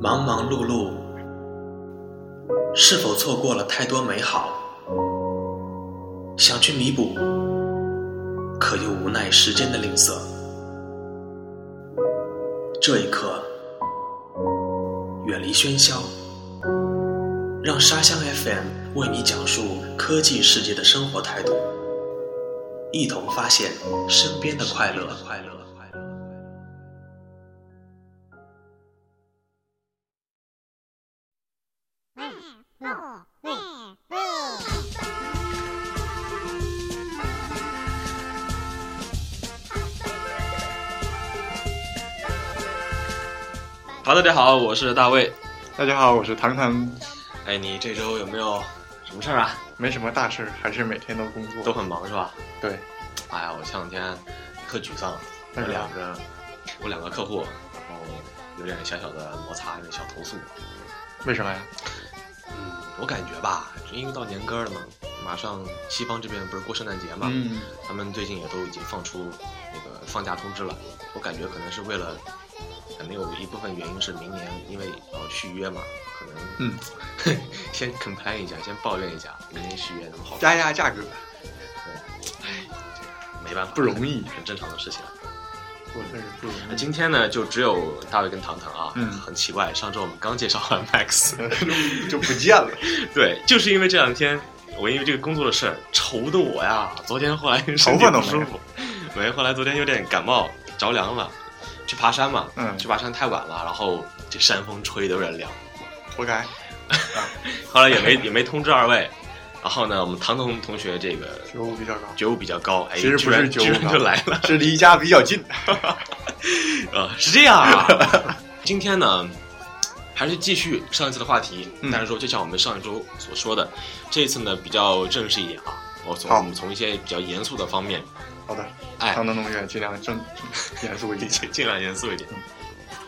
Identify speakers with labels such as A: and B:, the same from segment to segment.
A: 忙忙碌碌，是否错过了太多美好？想去弥补，可又无奈时间的吝啬。这一刻，远离喧嚣，让沙箱 FM 为你讲述科技世界的生活态度，一同发现身边的快乐。快乐好，大家好，我是大卫。
B: 大家好，我是糖糖，
A: 哎，你这周有没有什么事儿啊？
B: 没什么大事儿，还是每天都工作。
A: 都很忙是吧？
B: 对，
A: 哎呀，我前两天特沮丧，我
B: 为啥
A: 两个我两个客户，然后有点小小的摩擦，有点小投诉。
B: 为什么呀？
A: 嗯，我感觉吧，因为到年根儿了嘛，马上西方这边不是过圣诞节嘛，
B: 嗯，
A: 他们最近也都已经放出那个放假通知了。我感觉可能是为了，肯定有一部分原因是明年因为呃续约嘛，可能
B: 嗯，
A: 先 complain 一下，先抱怨一下，明年续约能好。
B: 加压价格
A: 没办法，
B: 不容易，
A: 很正常的事情。
B: 我确实不容
A: 那
B: 易。
A: 今天呢，就只有大卫跟糖糖啊。
B: 嗯
A: 很奇怪，上周我们刚介绍完 Max，
B: 就不见了。
A: 对，就是因为这两天我因为这个工作的事儿愁的我呀，昨天后来身
B: 头
A: 体
B: 发都
A: 不
B: 没
A: 舒
B: 了
A: 服，没，后来昨天有点感冒着凉了，去爬山嘛，
B: 嗯
A: 去爬山太晚了，然后这山风吹的有点凉，
B: 活该。
A: 后来也 没也没通知二位，然后呢，我们唐彤同学这个
B: 觉悟比较高，
A: 觉悟比较高，哎，
B: 其实
A: 居
B: 不是
A: 然
B: 觉悟
A: 居然
B: 高
A: 就来了。
B: 是离家比较近。
A: 呃，是这样 啊。今天呢，还是继续上一次的话题，
B: 嗯
A: 但是说就像我们上一周所说的，这一次呢比较正式一点啊。我从
B: 好
A: 我们从一些比较严肃的方 面，
B: 好的，
A: 哎
B: 唐唐同学尽量正严肃一点。
A: 尽尽量严肃一点。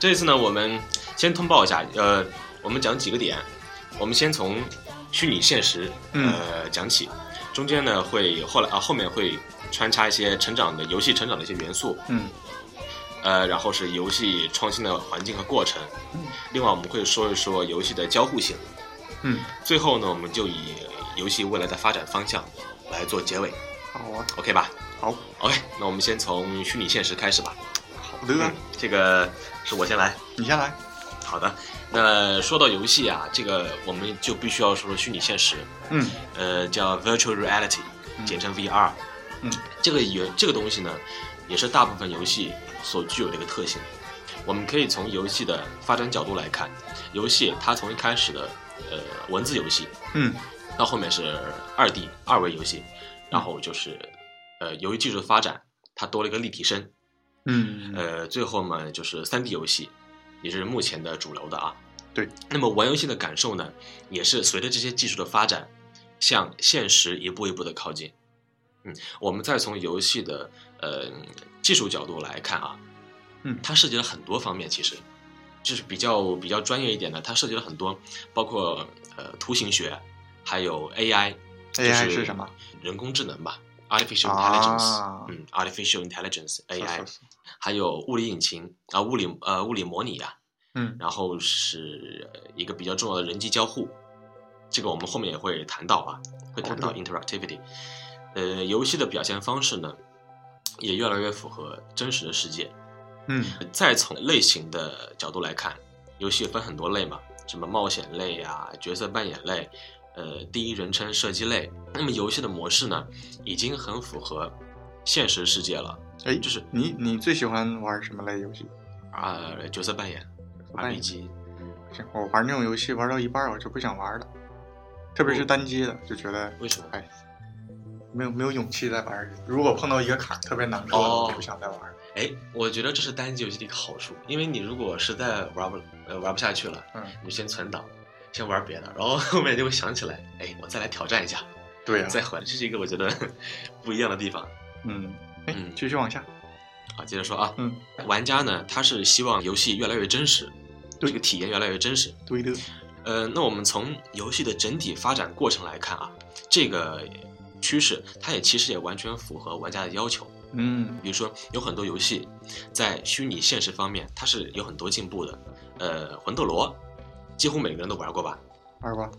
A: 这一次呢，我们先通报一下，呃，我们讲几个点，我们先从虚拟现实
B: 嗯
A: 呃讲起，中间呢会后来啊后面会穿插一些成长的游戏成长的一些元素，
B: 嗯
A: 呃，然后是游戏创新的环境和过程
B: 嗯。
A: 另外，我们会说一说游戏的交互性。
B: 嗯，
A: 最后呢，我们就以游戏未来的发展方向来做结尾
B: 好啊，
A: ，OK 吧
B: 好
A: ？OK，那我们先从虚拟现实开始吧。嗯
B: 好的啊，
A: 这个是我先来。
B: 你先来。
A: 好的，那说到游戏啊，这个我们就必须要说虚拟现实，
B: 嗯
A: 呃，叫 Virtual Reality，
B: 嗯
A: 简称 VR。
B: 嗯，
A: 这个原这个东西呢，也是大部分游戏所具有的一个特性。我们可以从游戏的发展角度来看，游戏它从一开始的呃文字游戏，
B: 嗯
A: 到后面是二 D 二维游戏，然后就是呃由于技术的发展，它多了一个立体声，
B: 嗯
A: 呃，最后嘛就是三 D 游戏，也是目前的主流的啊。
B: 对。
A: 那么玩游戏的感受呢，也是随着这些技术的发展，向现实一步一步的靠近。嗯，我们再从游戏的呃技术角度来看啊，
B: 嗯
A: 它涉及了很多方面，其实就是比较比较专业一点的，它涉及了很多，包括呃图形学，还有 AI，AI
B: ，AI 是什么？？
A: 人工智能吧，artificial
B: 啊
A: intelligence，、嗯，artificial intelligence AI，
B: 搜搜搜
A: 还有物理引擎啊，物理呃物理模拟啊，
B: 嗯
A: 然后是呃一个比较重要的人机交互，这个我们后面也会谈到啊，会谈到
B: 好的
A: interactivity。呃，游戏的表现方式呢，也越来越符合真实的世界。
B: 嗯
A: 再从类型的角度来看，游戏分很多类嘛，什么冒险类啊、角色扮演类、呃第一人称射击类。那么游戏的模式呢，已经很符合现实世界了，
B: 哎，
A: 就是
B: 你你最喜欢玩什么类游戏？
A: 啊、角色扮演、
B: 扮演
A: RPG，
B: 我玩那种游戏玩到一半儿我就不想玩了，特别是单机的，就觉得
A: 为什么？
B: 哎，没有没有勇气再玩儿。如果碰到一个坎儿特别难过的，
A: 哦
B: 我就不想再玩儿。
A: 哎，我觉得这是单机游戏的一个好处，因为你如果实在玩不呃玩不下去了，
B: 嗯，
A: 你先存档，先玩别的，然后后面就会想起来，哎，我再来挑战一下，
B: 对啊呀、
A: 再回来，这是一个我觉得不一样的地方
B: 嗯，哎
A: 嗯，
B: 继续往下，
A: 啊。接着说啊，
B: 嗯，
A: 玩家呢，他是希望游戏越来越真实，
B: 对
A: 这个体验越来越真实。
B: 对的，
A: 呃，那我们从游戏的整体发展过程来看啊，这个趋势它也其实也完全符合玩家的要求。
B: 嗯
A: 比如说有很多游戏在虚拟现实方面它是有很多进步的，呃，魂斗罗几乎每个人都玩过吧。
B: 玩吧，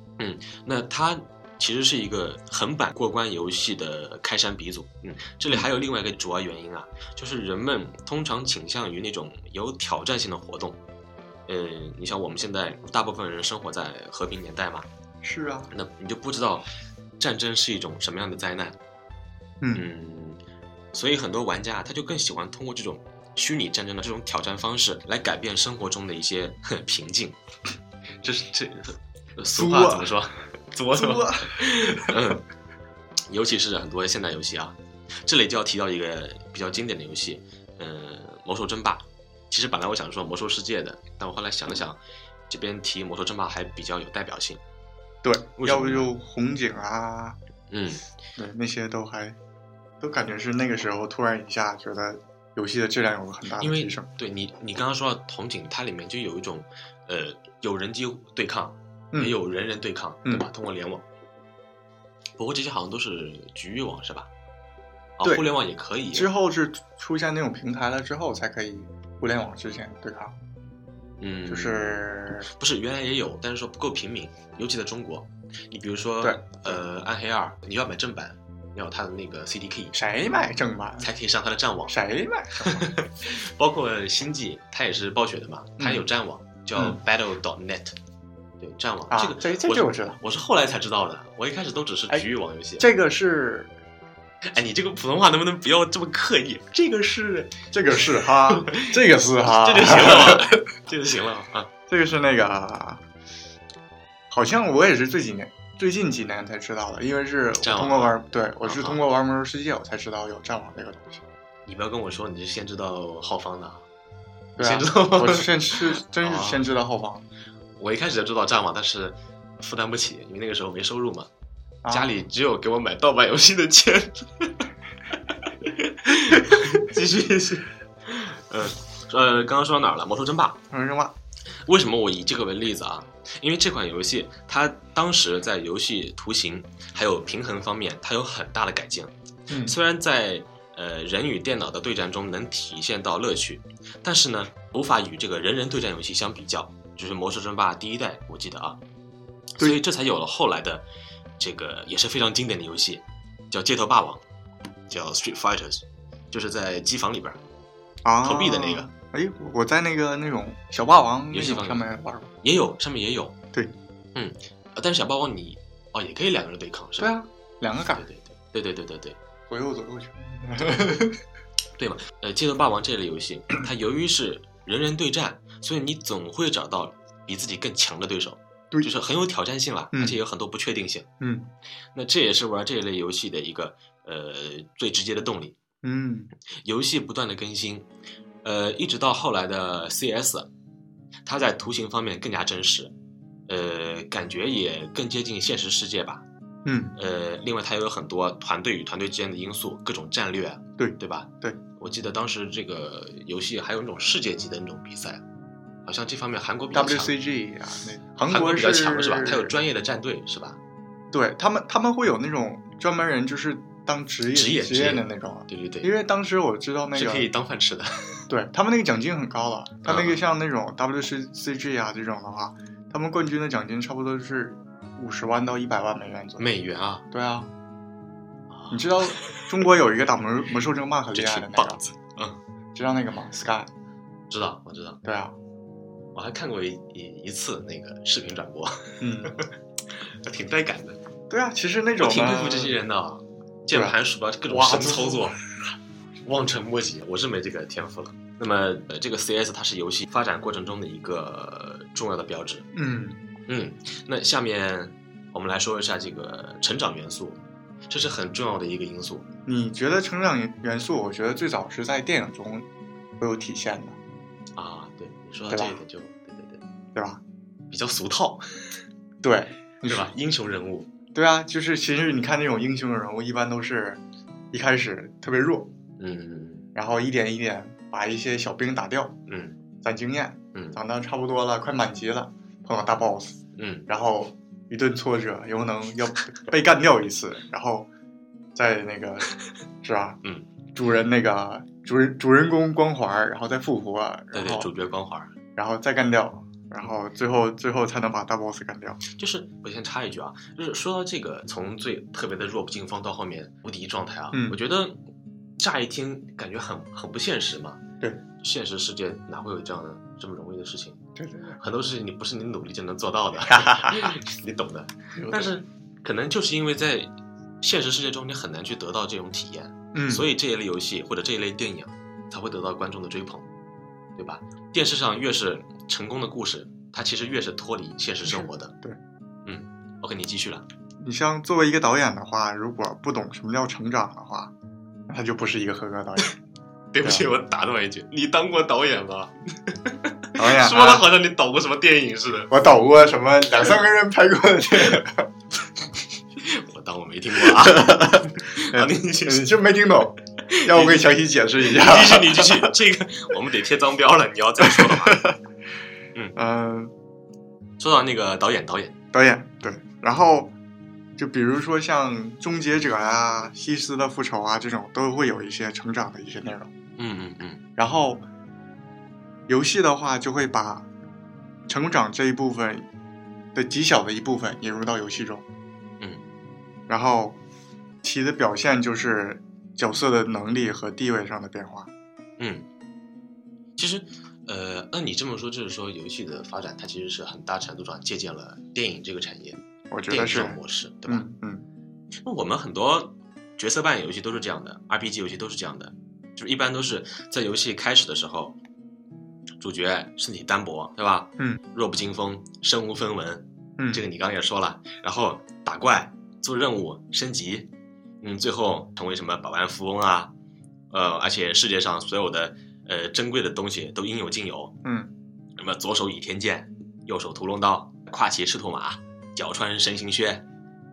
A: 那它其实是一个横版过关游戏的开山鼻祖。嗯，这里还有另外一个主要原因啊，就是人们通常倾向于那种有挑战性的活动。嗯，你像我们现在大部分人生活在和平年代嘛，
B: 是啊，
A: 那你就不知道战争是一种什么样的灾难。
B: 嗯，
A: 嗯，所以很多玩家他就更喜欢通过这种虚拟战争的这种挑战方式来改变生活中的一些瓶颈。 这是这呃俗
B: 作
A: 话怎么说？作是吧
B: 作
A: 嗯，尤其是很多现代游戏啊，这里就要提到一个比较经典的游戏，嗯，《魔兽争霸》。其实本来我想说《魔兽世界》的，但我后来想了想，这边提《魔兽争霸》还比较有代表性。
B: 对，
A: 为什
B: 要
A: 么
B: 不
A: 呢
B: 就红警啊，
A: 嗯，
B: 对，那些都还都感觉是那个时候突然一下觉得游戏的质量有了很大的
A: 因为
B: 提升。
A: 对你，你刚刚说到红警，它里面就有一种，呃，有人机对抗，
B: 嗯
A: 也有人人对抗，对
B: 嗯
A: 吧？通过联网。不过这些好像都是局域网是吧？啊，
B: 对
A: 互联网也可以。
B: 之后是出现那种平台了之后，才可以互联网之间对抗，
A: 嗯，
B: 就是
A: 不是原来也有，但是说不够平民，尤其在中国。你比如说，
B: 对
A: 呃，《暗黑二》，你要买正版，要有它的那个 CDK，
B: 谁买 正版，
A: 才可以上它的战网。
B: 谁买正版，
A: 包括《星际》，它也是暴雪的嘛，它有战网，叫
B: 嗯
A: Battle.net，对，战网。
B: 啊
A: 这个
B: 这这
A: 我
B: 这我知道
A: 我是后来才知道的，我一开始都只是局域网游戏。
B: 这个是
A: 哎，你这个普通话能不能不要这么刻意？这个是，
B: 这个是 哈，这个是啊哈，
A: 这就行了吧？这就行了啊。
B: 这个是那个，好像我也是最几年最近几年才知道的，因为是我
A: 战网
B: 通过玩，对我是
A: 啊哈
B: 通过玩《魔兽世界》我才知道有战网这个东西。
A: 你不要跟我说你是先知道浩方的啊，
B: 对
A: 先
B: 啊
A: 知道，吗
B: 我是先是真是
A: 啊
B: 先知道后方，
A: 我一开始就知道战网，但是负担不起，因为那个时候没收入嘛，
B: 啊
A: 家里只有给我买盗版游戏的钱。 继续继续，嗯呃，刚刚说到哪儿了？魔兽争霸。
B: 有人扔吧，
A: 为什么我以这个为例子啊？因为这款游戏它当时在游戏图形还有平衡方面，它有很大的改进。
B: 嗯，
A: 虽然在呃人与电脑的对战中能体现到乐趣，但是呢，无法与这个人人对战游戏相比较，就是《魔兽争霸》第一代，我记得啊，所
B: 对
A: 以这才有了后来的这个也是非常经典的游戏，叫《街头霸王》，叫《Street Fighters》，就是在机房里边儿
B: 啊，
A: 投币的那个。
B: 哎，我在那个那种小霸王
A: 游
B: 那
A: 戏
B: 种
A: 方
B: 上面玩过。
A: 也有，上面也有。
B: 对，
A: 嗯，呃但是小霸王你哦也可以两个人对抗是吧？
B: 对啊，两个杆儿
A: 对对对对对对对。
B: 左右左右去。
A: 呃，《街头霸王》这类游戏，它由于是人人对战，所以你总会找到比自己更强的对手，
B: 对
A: 就是很有挑战性了，
B: 嗯
A: 而且有很多不确定性。
B: 嗯
A: 那这也是玩这一类游戏的一个呃最直接的动力。
B: 嗯，
A: 游戏不断的更新，呃，一直到后来的 CS，它在图形方面更加真实，呃，感觉也更接近现实世界吧。
B: 嗯，
A: 呃，另外它也有很多团队与团队之间的因素，各种战略，啊
B: 对
A: 对吧？
B: 对，
A: 我记得当时这个游戏还有那种世界级的那种比赛，好像这方面韩国比较强
B: WCG 啊，那
A: 韩国
B: 国
A: 比
B: 是
A: 较强是吧？它有专业的战队是吧？
B: 对他们他们会有那种专门人，就是当职业
A: 职业职业
B: 的那种。啊
A: 对对
B: 因
A: 对，
B: 为当时我知道那
A: 是
B: 个
A: 可，以当饭吃的。
B: 对他们那个奖金很高了，他那
A: 嗯
B: 个像那种 WCG 啊这种的话，他们冠军的奖金差不多是五十万到一百万美元左右。
A: 美元啊，
B: 对啊，你知道中国有一个打魔魔兽争霸很
A: 这
B: 厉害的
A: 群
B: 那个
A: 棒，子，
B: 知道那个吗？Sky，
A: 知道我知道，
B: 对啊，
A: 我还看过一一一次那个视频转播，
B: 嗯，
A: 挺带感的，
B: 对啊，其实那
A: 我
B: 种
A: 挺佩
B: 呢
A: 服这些人的啊，键盘、鼠标各种
B: 哇
A: 神
B: 这
A: 操作， 望尘莫及。我是没这个天赋了。那么，呃，这个 CS 它是游戏发展过程中的一个呃重要的标志。
B: 嗯，
A: 嗯，那下面我们来说一下这个成长元素，这是很重要的一个因素。
B: 你觉得成长元素？我觉得最早是在电影中会有体现的，
A: 啊，对，你说到
B: 对
A: 这
B: 吧
A: 一点就对对对，
B: 对吧？
A: 比较俗套，
B: 对，
A: 对吧？英雄人物，
B: 对啊，就是其实你看那种英雄人物，一般都是一开始特别弱，
A: 嗯
B: 然后一点一点把一些小兵打掉，
A: 嗯
B: 攒经验，
A: 嗯
B: 攒到差不多了，快满级了，碰到大 boss，
A: 嗯，
B: 然后一顿挫折，有可能要被干掉一次，然后再那 个是吧？
A: 嗯，
B: 主人那个主人主人公光环，然后再复活，
A: 对
B: 然
A: 对，
B: 后
A: 主角光环，
B: 然后再干掉，然后最后最后才能把大 boss 干掉。
A: 就是我先插一句啊，就是说到这个，从最特别的弱不禁风到后面无敌状态啊，
B: 嗯
A: 我觉得乍一听感觉很很不现实嘛。
B: 对，
A: 现实世界哪会有这样的这么容易的事情？
B: 对对对，
A: 很多事情你不是你努力就能做 到的，你懂的。但是可能就是因为在现实世界中你很难去得到这种体验，
B: 嗯，
A: 所
B: 以
A: 以这一类游戏或者这一类电影才会得到观众的追捧，对吧？电视上越是成功的故事，它其实越是脱离现实生活的。
B: 对，
A: 嗯，OK，你继续了。
B: 你像作为一个导演的话，如果不懂什么叫成长的话，那他就不是一个合格导演。
A: 对啊不起，我打断一句，你当过导演吗？
B: 导演、啊、
A: 说的好像你导过什么电影似的。
B: 我导过什么两三个人拍过的电 影，
A: 我当我没听 过啊。好，哎你继续
B: 你。就没听懂？要我给你详细解释一
A: 你
B: 下。
A: 继续，你继 续，这个我们得贴脏标了。你要再说的话，
B: 嗯，
A: 说到那个导演，导演，
B: 导演对，然后就比如说像《终结者》啊、《西斯的复仇啊》这种，都会有一些成长的一些内容。
A: 嗯嗯嗯，
B: 然后游戏的话，就会把成长这一部分的极小的一部分引入到游戏中。
A: 嗯，
B: 然后其的表现就是角色的能力和地位上的变化。
A: 嗯，其实，呃，按你这么说，就是说游戏的发展，它其实是很大程度上借鉴了电影这个产业，
B: 我觉
A: 电影这
B: 得是
A: 种，模式，对吧？
B: 嗯嗯，
A: 那、我们很多角色扮演游戏都是这样的，RPG 游戏都是这样的，就是一般都是在游戏开始的时候，主角身体单薄，对吧？
B: 嗯，
A: 弱不禁风，身无分文，
B: 嗯
A: 这个你刚刚也说了，然后打怪、做任务、升级，嗯，最后成为什么百万富翁啊，呃，而且世界上所有的呃珍贵的东西都应有尽有，
B: 嗯
A: 什么左手倚天剑，右手屠龙刀，跨骑赤兔马，脚穿神行靴，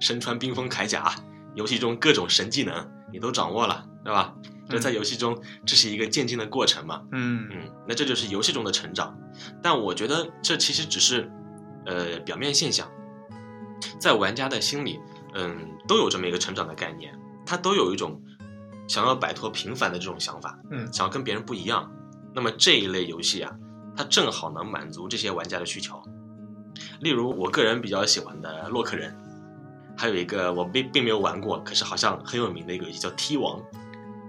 A: 身穿冰封铠甲，游戏中各种神技能你都掌握了，对吧？这在游戏中这是一个渐进的过程嘛，
B: 嗯
A: 嗯，那这就是游戏中的成长。但我觉得这其实只是，呃，表面现象，在玩家的心里，嗯，都有这么一个成长的概念，他都有一种想要摆脱平凡的这种想法，
B: 嗯
A: 想要跟别人不一样。那么这一类游戏啊，它正好能满足这些玩家的需求。例如，我个人比较喜欢的《洛克人》，还有一个我并并没有玩过，可是好像很有名的一个游戏叫《T 王》，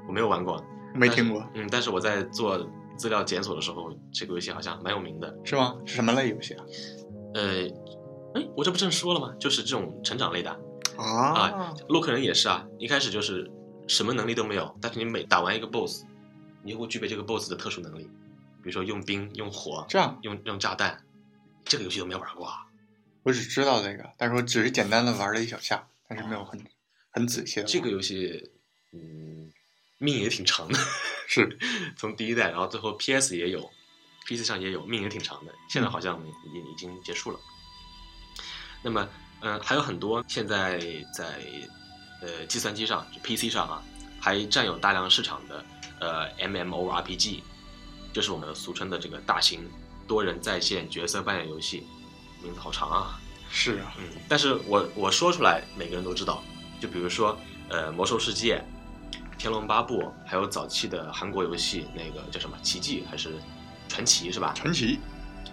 A: 我没有玩过，
B: 没听过
A: 嗯，但是我在做资料检索的时候，这个游戏好像蛮有名的。
B: 是吗？是什么类游戏啊？
A: 呃，哎，我这不正说了吗？就是这种成长类的，
B: 啊，
A: 洛克人也是啊。一开始就是什么能力都没有，但是你每打完一个 BOSS，你就会具备这个 BOSS 的特殊能力，比如说用冰、用火、
B: 这样
A: 用用炸弹。这个游戏都没玩过啊。
B: 我只知道这个，但是我只是简单的玩了一小下，但是没有很很仔细的。
A: 这个游戏，嗯，命也挺长的，
B: 是
A: 从第一代，然后最后 PS 也有，PC 上也有，命也挺长的。现在好像也已经结束了。那么，嗯，还有很多现在在呃计算机上、就 PC 上啊，还占有大量市场的呃 MMORPG，就是我们俗称的这个大型多人在线角色扮演游戏，名字好长啊。
B: 是啊，
A: 嗯，但是我我说出来，每个人都知道。就比如说，呃，《魔兽世界》《天龙八部》，还有早期的韩国游戏，那个叫什么《奇迹》还是《传奇》是吧？
B: 传奇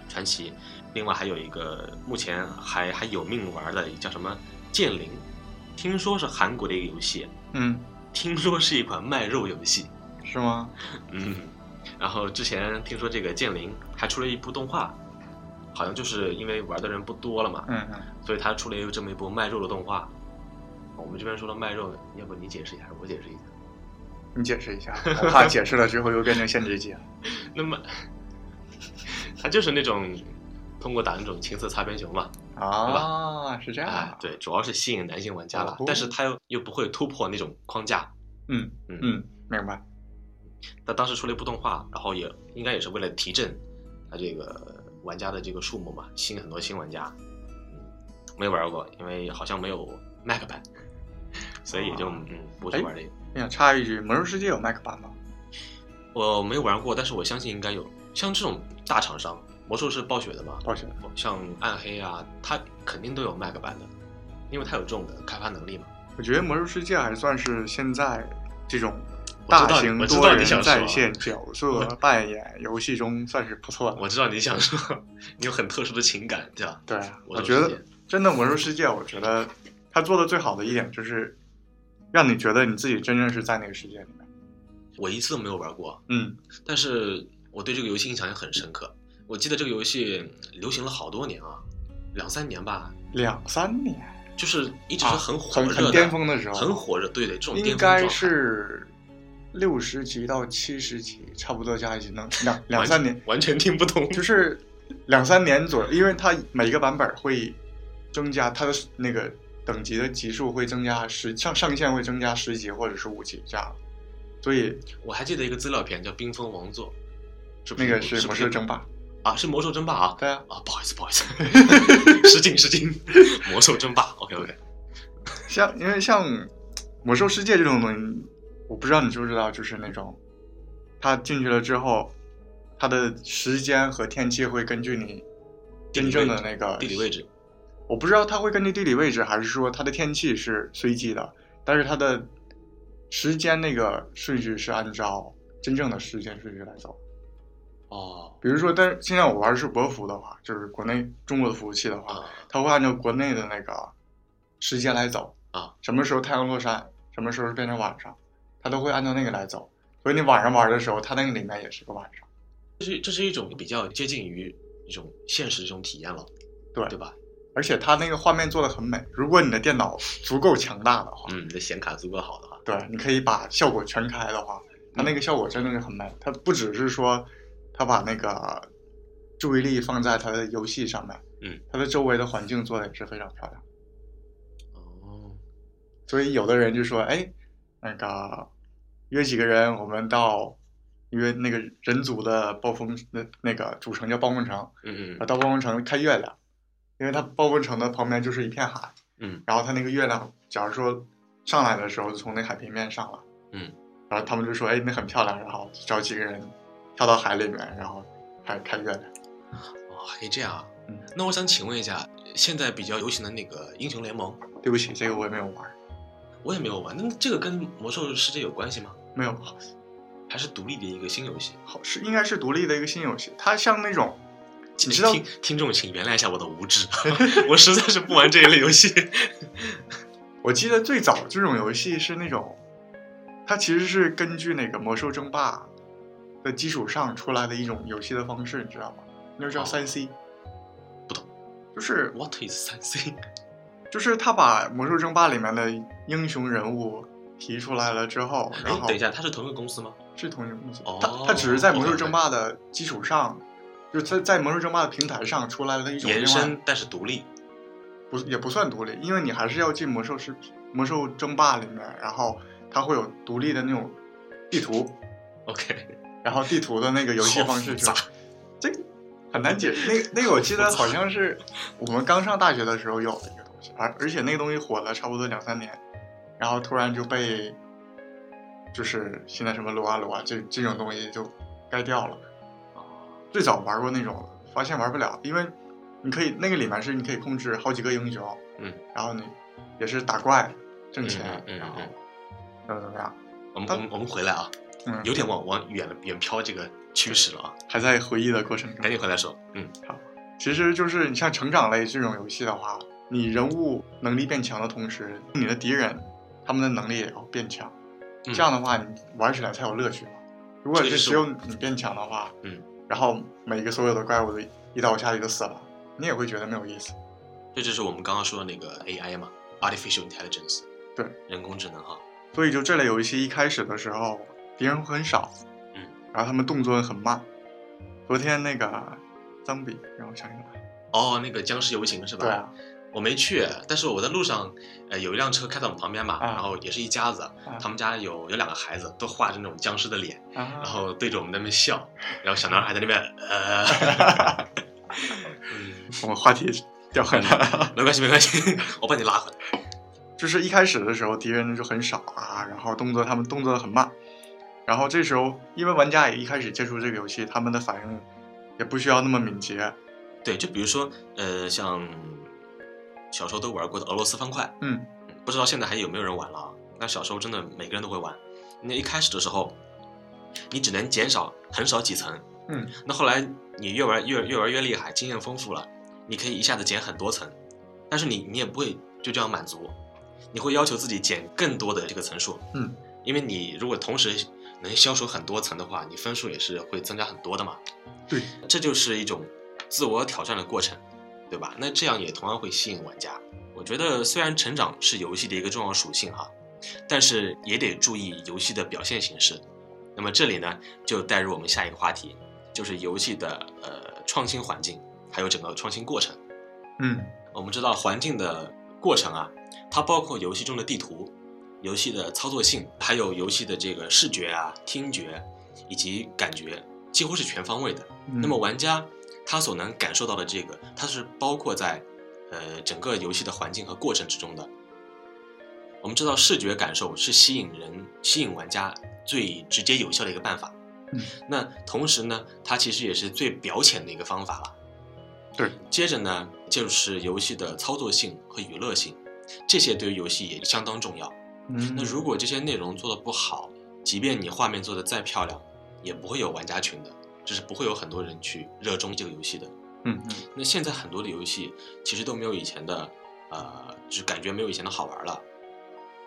A: 传奇。另外还有一个目前还还有命玩的叫什么《剑灵》，听说是韩国的一个游戏，
B: 嗯
A: 听说是一款卖肉游戏。
B: 是吗？
A: 嗯，然后之前听说这个《剑灵》还出了一部动画，好像就是因为玩的人不多了嘛，
B: 嗯嗯，
A: 所以他出了有这么一部卖肉的动画。我们这边说到卖肉，要不你解释一下，还是我解释一下？
B: 你解释 一下，我怕解释了之后又变成限制级了。
A: 那么，他就是那种通过打那种情色擦边球嘛，
B: 啊，是这样
A: 哎
B: 啊，，
A: 对，主要是吸引男性玩家了
B: 哦，
A: 但是他又又不会突破那种框架，
B: 嗯
A: 嗯
B: 嗯，明白。
A: 他当时出了一部动画，然后也应该也是为了提振他这个玩家的这个数目嘛，吸引很多新玩家。嗯，没玩过，因为好像没有 Mac 版，所以也就、
B: 啊
A: 嗯不去玩这个。
B: 我想插一句，《魔兽世界》有 Mac 版吗？
A: 我没玩过，但是我相信应该有。像这种大厂商，魔兽是暴雪的嘛，
B: 抱歉，
A: 像暗黑啊，它肯定都有 Mac 版的，因为它有这种的开发能力嘛。
B: 我觉得《魔兽世界》还算是现在这种大型
A: 我知
B: 多
A: 道你
B: 人
A: 想说啊
B: 在线角 色扮演游戏中算是不错的。
A: 我知道你想说，你有很特殊的情感，对吧？
B: 对，啊
A: 我
B: 我觉得
A: 理解
B: 真的《魔兽世界》，我觉得它做的最好的一点就是让你觉得你自己真正是在那个世界里面。
A: 我一次都没有玩过，
B: 嗯，
A: 但是我对这个游戏印象也很深刻。我记得这个游戏流行了好多年啊，两三年吧，
B: 两三年
A: 就是一直
B: 啊
A: 是很火
B: 很
A: 热的，
B: 很巅峰的时候，
A: 很火热，对对，这种巅
B: 应
A: 峰状态
B: 该是六十级到七十级，差不多加一起能 两两三年，
A: 完全听不懂。
B: 就是两三年左右，因为它每个版本会增加它的那个等级的级数会增加十上上限会增加十级或者是五级这样，所以
A: 我还记得一个资料片叫《冰封王座》，是不
B: 那个
A: 是不
B: 是魔兽争霸，
A: 啊，是魔兽争霸啊
B: 对啊，
A: 啊，不好意思不 好意思，失敬失敬，魔兽争霸，OK OK，
B: 像因为像魔兽世界这种东西，我不知道你知不知道，就是那种它进去了之后，它的时间和天气会根据你真正的那个
A: 地理位置，
B: 我不知道它会根据地理位置，还是说它的天气是随机的，但是它的时间那个顺序是按照真正的时间顺序来走。
A: 哦
B: 比如说，但是现在我玩的是国服的话，就是国内中国的服务器的话，
A: 啊，
B: 它会按照国内的那个时间来走
A: 啊，
B: 什么时候太阳落山，什么时候变成晚上，它都会按照那个来走。所以你晚上玩的时候，它那个里面也是个晚上。
A: 这是这是一种比较接近于一种现实的这种体验了，
B: 对
A: 对吧？
B: 而且它那个画面做的很美，如果你的电脑足够强大的话，
A: 嗯，你的显卡足够好的话，
B: 对，你可以把效果全开的话，它那个效果真的是很美。它不只是说，它把那个注意力放在它的游戏上面，
A: 嗯，
B: 它的周围的环境做的也是非常漂亮。嗯
A: 哦，
B: 所以有的人就说，哎，那个约几个人，我们到约那个人族的暴风那那个主城叫暴风城，
A: 嗯
B: 啊，
A: 嗯
B: 到暴风城看月亮，因为它暴风城的旁边就是一片海，
A: 嗯，
B: 然后它那个月亮，假如说上来的时候就从那海平面上来，
A: 嗯，
B: 然后他们就说，哎，那很漂亮，然后找几个人跳到海里面，然后开始看月亮。
A: 哦，还可以这样啊
B: 嗯。
A: 那我想请问一下，现在比较流行的那个英雄联盟，
B: 对不起，这个我也没有玩，
A: 我也没有玩，那这个跟魔兽世界有关系吗？
B: 没有，
A: 还是独立的一个新游戏？
B: 好是应该是独立的一个新游戏，它像那种，你知道
A: 听听众请原谅一下我的无知， 我实在是不玩这一类游戏。
B: 我记得最早这种游戏是那种，它其实是根据那个魔兽争霸的基础上出来的一种游戏的方式，你知道吗？那个叫
A: 哦
B: 三 C，
A: 不懂，
B: 就是
A: What is 三 C？
B: 就是他把《魔兽争霸》里面的英雄人物提出来了之后，然
A: 哎，
B: 后
A: 等一下，它是同一个公司吗？
B: 是同一个公司
A: 哦，
B: 他他只是在《魔兽争霸》的基础上，就是在在《魔兽争霸》的平台上出来了一种
A: 延
B: 另外
A: 伸，但是独立。
B: 不也不算独立，因为你还是要进魔兽世魔兽争霸里面，然后它会有独立的那种地图，
A: OK，
B: 然后地图的那个 游戏方式
A: 好复杂
B: 就是这个很难解释。那个那个我记得好像是我们刚上大学的时候有的一个东西，而而且那个东西火了差不多两三年，然后突然就被就是现在什么撸啊撸啊这这种东西就盖掉了。
A: 哦
B: 最早玩过那种，发现玩不了，因为你可以那个里面是你可以控制好几个英雄，
A: 嗯，
B: 然后你也是打怪挣钱，
A: 嗯嗯嗯
B: 然后
A: 嗯
B: 怎么怎么样，
A: 我们我们我们回来啊，
B: 嗯，
A: 有点往往远了远飘这个趋势了啊，
B: 还在回忆的过程中
A: 赶。紧回来说。嗯，
B: 其实就是你像成长类这种游戏的话，你人物能力变强的同时，你的敌人他们的能力也要变强，
A: 嗯
B: 这样的话你玩起来才有乐趣嘛。如果
A: 这
B: 是
A: 就是
B: 只有你变强的话，
A: 嗯，
B: 然后每个所有的怪物都一刀下去就死了，你也会觉得没有意思。
A: 这就是我们刚刚说的那个 AI 嘛，artificial intelligence，
B: 对，
A: 人工智能哈。
B: 所以就这类游戏一开始的时候，敌人会很少，
A: 嗯，
B: 然后他们动作很慢。昨天那个脏笔让我想起来，
A: 哦，那个僵尸游行是吧？
B: 对啊，
A: 我没去，但是我在路上，呃，有一辆车开到我们旁边嘛，
B: 啊
A: 然后也是一家子，他们家有有两个孩子，都画着那种僵尸的脸，
B: 然
A: 然后对着我们在那边笑，然后小男孩在那边呃，嗯，
B: 我们话题掉很了。
A: 没关系没关系，我把你拉回来。
B: 就是一开始的时候敌人就很少啊，然后动作他们动作得很慢，然后这时候因为玩家也一开始接触这个游戏，他们的反应也不需要那么敏捷，
A: 对，就比如说呃，像小时候都玩过的俄罗斯方块，
B: 嗯，
A: 不知道现在还有没有人玩了啊？那小时候真的每个人都会玩，那一开始的时候，你只能减少很少几层，
B: 嗯，
A: 那后来你越玩越越玩越厉害，经验丰富了，你可以一下子减很多层，但是你你也不会就这样满足，你会要求自己减更多的这个层数，
B: 嗯，
A: 因为你如果同时能消除很多层的话，你分数也是会增加很多的嘛，
B: 对，
A: 这就是一种自我挑战的过程，对吧？那这样也同样会吸引玩家。我觉得虽然成长是游戏的一个重要属性哈，但是也得注意游戏的表现形式。那么这里呢，就带入我们下一个话题，就是游戏的呃创新环境，还有整个创新过程。
B: 嗯
A: 我们知道环境的过程啊，它包括游戏中的地图、游戏的操作性，还有游戏的这个视觉啊、听觉以及感觉，几乎是全方位的。
B: 嗯
A: 那么玩家他所能感受到的这个，它是包括在呃整个游戏的环境和过程之中的。我们知道视觉感受是吸引人、吸引玩家最直接有效的一个办法。
B: 嗯，
A: 那同时呢，它其实也是最表浅的一个方法了。
B: 对，
A: 接着呢就是游戏的操作性和娱乐性，这些对于游戏也相当重要。
B: 嗯，
A: 那如果这些内容做的不好，即便你画面做的再漂亮，也不会有玩家群的，就是不会有很多人去热衷这个游戏的。
B: 嗯嗯
A: 那现在很多的游戏其实都没有以前的，呃，就是感觉没有以前的好玩了。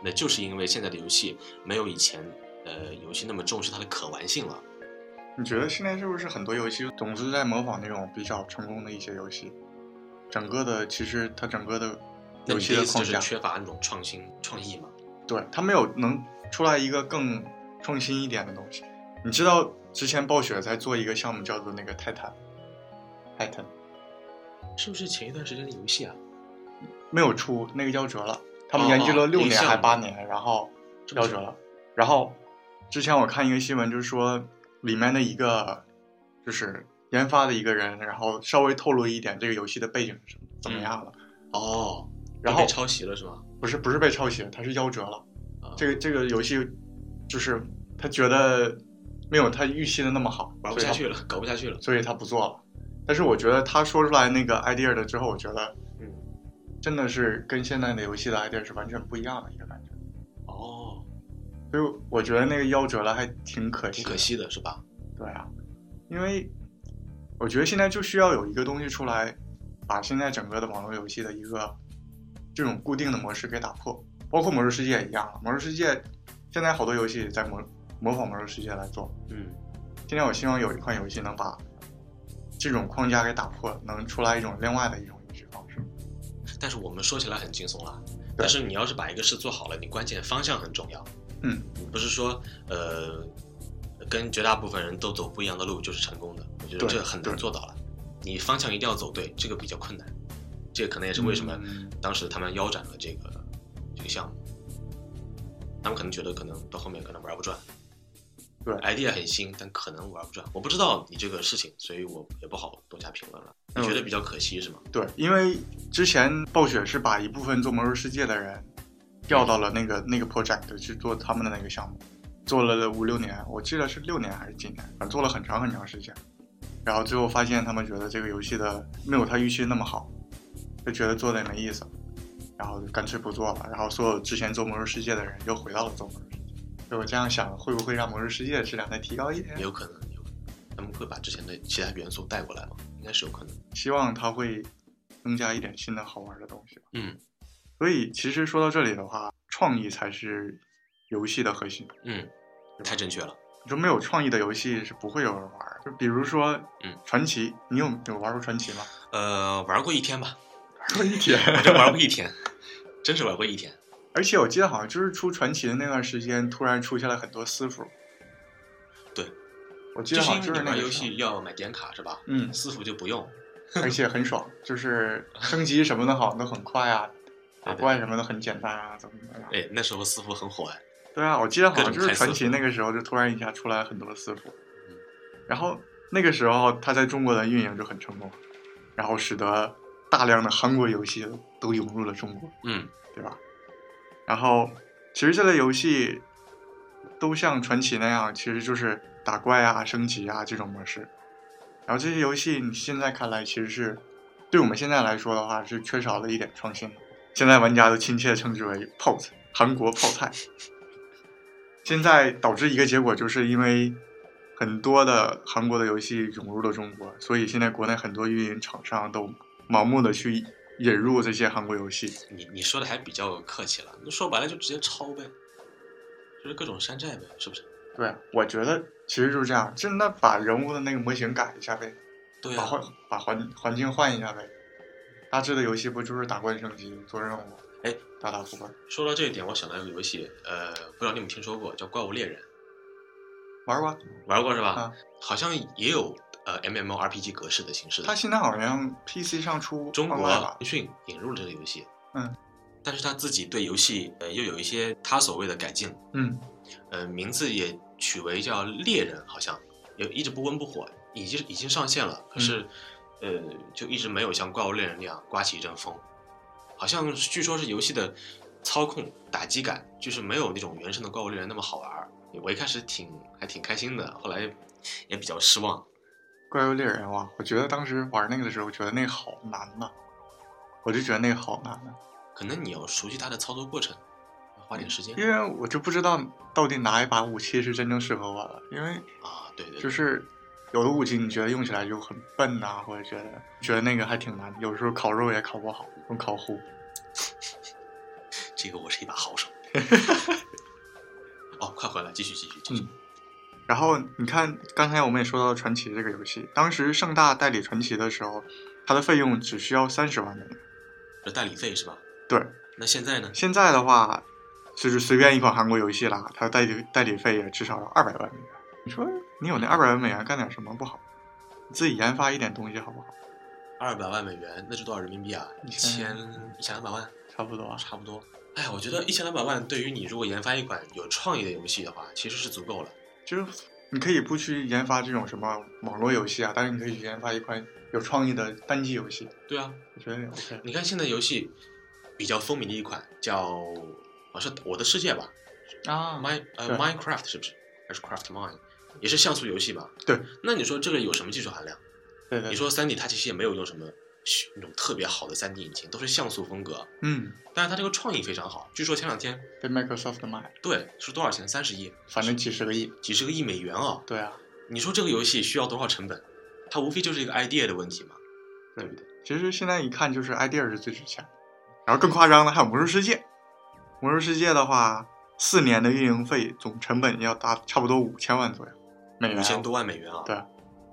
A: 那就是因为现在的游戏没有以前，呃，游戏那么重视它的可玩性了。
B: 你觉得现在是不是很多游戏总是在模仿那种比较成功的一些游戏？整个的其实它整个的
A: 那
B: 游
A: 你
B: 戏
A: 的意
B: 的
A: 思
B: 框
A: 就是
B: 架，
A: 缺乏那种创新创意嘛？
B: 对它没有能出来一个更创新一点的东西。你知道之前暴雪在做一个项目叫做那个泰坦，泰坦
A: 是不是前一段时间的游戏啊？
B: 没有出，那个夭折了。他们
A: 哦
B: 研究了
A: 哦
B: 六
A: 影
B: 年
A: 像
B: 还八年，然后
A: 这么
B: 夭
A: 久
B: 折了。然后之前我看一个新闻，就是说里面的一个就是研发的一个人，然后稍微透露一点这个游戏的背景是怎么样了。
A: 哦，
B: 然
A: 被
B: 后
A: 抄袭了是吗？
B: 不是不是被抄袭，他是夭折了。
A: 啊
B: 这个这个游戏就是他觉得没有他预期的那么好，
A: 玩不
B: 所以
A: 下
B: 他
A: 去了，搞不下去了。
B: 所以他不做了。但是我觉得他说出来那个 idea 了之后，我觉得
A: 嗯，
B: 真的是跟现在的游戏的 idea 是完全不一样的一个感觉。
A: 哦，
B: 所以我觉得那个夭折了还挺可惜，
A: 挺可。惜的是吧？
B: 对啊，因为我觉得现在就需要有一个东西出来，把现在整个的网络游戏的一个这种固定的模式给打破，包括《魔兽世界》也一样，《魔兽世界》现在好多游戏也在模模仿《魔兽世界》来做。
A: 嗯，
B: 今天我希望有一款游戏能把这种框架给打破，能出来一种另外的一种游戏方式。
A: 但是我们说起来很轻松啦，
B: 对
A: 但是你要是把一个事做好了，你关键方向很重要。
B: 嗯，
A: 不是说呃跟绝大部分人都走不一样的路就是成功的，我觉得
B: 对
A: 这很难
B: 对
A: 做到了。你方向一定要走对，这个比较困难，这可能也是为什么
B: 嗯
A: 当时他们腰斩了这个这个项目。他们可能觉得可能到后面可能玩不转，
B: 对
A: ，idea 很新，但可能玩不转。我不知道你这个事情，所以我也不好多加评论了。你
B: 嗯
A: 觉得比较可惜是吗？
B: 对，因为之前暴雪是把一部分做《魔兽世界》的人调到了那个那个 project 去做他们的那个项目，做了五六年，我记得是六年还是几年，反正做了很长很长时间。然后最后发现他们觉得这个游戏的没有他预期那么好，就觉得做的也没意思，然后就干脆不做了。然后所有之前做《魔兽世界》的人又回到了做《魔兽世界》，所以我这样想，会不会让《魔兽世界》的质量再提高一点
A: 也？有可能，有可能他们会把之前的其他元素带过来嘛，应该是有可能。
B: 希望它会增加一点新的好玩的东西。
A: 嗯
B: 所以其实说到这里的话，创意才是游戏的核心。
A: 嗯，太正确了。
B: 你说没有创意的游戏是不会有人玩儿。就比如说，
A: 嗯，
B: 传奇，你有有玩过传奇吗？
A: 呃，玩过一天吧，
B: 玩过一天，
A: 我就玩过一天， 真是玩过一天。
B: 而且我记得好像就是出传奇的那段时间，突然出现了很多私服。
A: 对，
B: 我记
A: 就
B: 得
A: 是
B: 好
A: 因
B: 像
A: 为
B: 就是
A: 你
B: 那
A: 玩
B: 个
A: 游
B: 时候
A: 戏，要买点卡是吧？
B: 嗯，
A: 私服就不用。
B: 而且很爽，就是升级什么的好像都很快啊，打
A: 对对
B: 怪什么的很简单啊，怎么怎么样。
A: 哎，那时候私服很火哎。
B: 对啊，我记得好像就
A: 各种
B: 是
A: 开
B: 传
A: 私
B: 奇那个时候，就突然一下出来很多私服
A: 嗯，
B: 然后那个时候他在中国的运营就很成功，然后使得大量的韩国游戏都涌入了中国，
A: 嗯，
B: 对吧？然后其实这类游戏都像传奇那样，其实就是打怪啊、升级啊这种模式。然后这些游戏你现在看来其实是对我们现在来说的话是缺少了一点创新的，现在玩家都亲切地称之为泡菜，韩国泡菜。现在导致一个结果，就是因为很多的韩国的游戏涌入了中国，所以现在国内很多运营厂商都盲目的去引入这些韩国游戏。
A: 你你说的还比较客气了，那说白了就直接抄呗，就是各种山寨呗，是不是？
B: 对，我觉得其实就是这样，真的把人物的那个模型改一下呗，
A: 对
B: 把
A: 啊，
B: 环把环环境换一下呗。大致的游戏不就是打怪升级、做任务、
A: 哎
B: 打打副本？
A: 说到这一点，我想到一个游戏，呃，不知道你们听说过叫《怪物猎人
B: 玩吧。》，
A: 玩过是吧？
B: 啊
A: 好像也有呃 MMORPG 格式的形式的。
B: 它现在好像 PC 上出
A: 中国啊
B: online 吧？
A: 腾讯引入了这个游戏，
B: 嗯，
A: 但是他自己对游戏呃又有一些他所谓的改进，
B: 嗯，
A: 呃，名字也取为叫猎人，好像也一直不温不火，已经已经上线了，
B: 嗯
A: 可是、呃就一直没有像怪物猎人那样刮起一阵风，好像是据说是游戏的操控打击感就是没有那种原生的怪物猎人那么好玩儿。我一开始挺还挺开心的，后来也比较失望。
B: 怪物猎人哇！我觉得当时玩那个的时候，觉得那个好难呐、我就觉得那个好难呐、
A: 可能你要熟悉它的操作过程，花点时间
B: 嗯因为我就不知道到底哪一把武器是真正适合我的，因为
A: 啊。对对对，
B: 就是有的武器你觉得用起来就很笨呐、或者觉得觉得那个还挺难，有时候烤肉也烤不好，用烤糊。
A: 这个我是一把好手。哦，快回来，继续继续继续。
B: 然后你看，刚才我们也说到了传奇这个游戏，当时盛大代理传奇的时候，它的费用只需要三十万美元。
A: 这代理费是吧？
B: 对，
A: 那现在呢？
B: 现在的话，就是随便一款韩国游戏啦，它代理代理费也至少要二百万美元。你说你有那二百万美元干点什么不好？你自己研发一点东西好不好？
A: 二百万美元，那是多少人民币啊？一千一千两百万，
B: 差不多啊。
A: 差不多。哎呀，我觉得一千两百万对于你如果研发一款有创意的游戏的话，其实是足够了。
B: 就是你可以不去研发这种什么网络游戏啊，但是你可以去研发一款有创意的单机游戏，
A: 对啊，
B: 我觉得也 OK。
A: 你看现在游戏比较风靡的一款叫好像是《我的世界》吧
B: 啊
A: ，My 呃
B: 对
A: Minecraft 是不是？还是 Craft Mine？也是像素游戏吧？
B: 对。
A: 那你说这个有什么技术含量？
B: 对对，
A: 你说三 D 它其实也没有用什么那种特别好的三 D 引擎，都是像素风格，
B: 嗯，
A: 但是它这个创意非常好。据说前两天
B: 被 Microsoft 买，
A: 对是多少钱？三十亿，
B: 反正几十个亿。
A: 几十个亿美元啊！
B: 对啊，
A: 你说这个游戏需要多少成本？它无非就是一个 idea 的问题嘛，对不对？
B: 其实现在一看就是 idea 是最值钱的，然后更夸张的还有魔兽世界，魔兽世界的话，四年的运营费总成本要达差不多五千万左右美元
A: 五
B: 啊，
A: 千多万美元啊！
B: 对，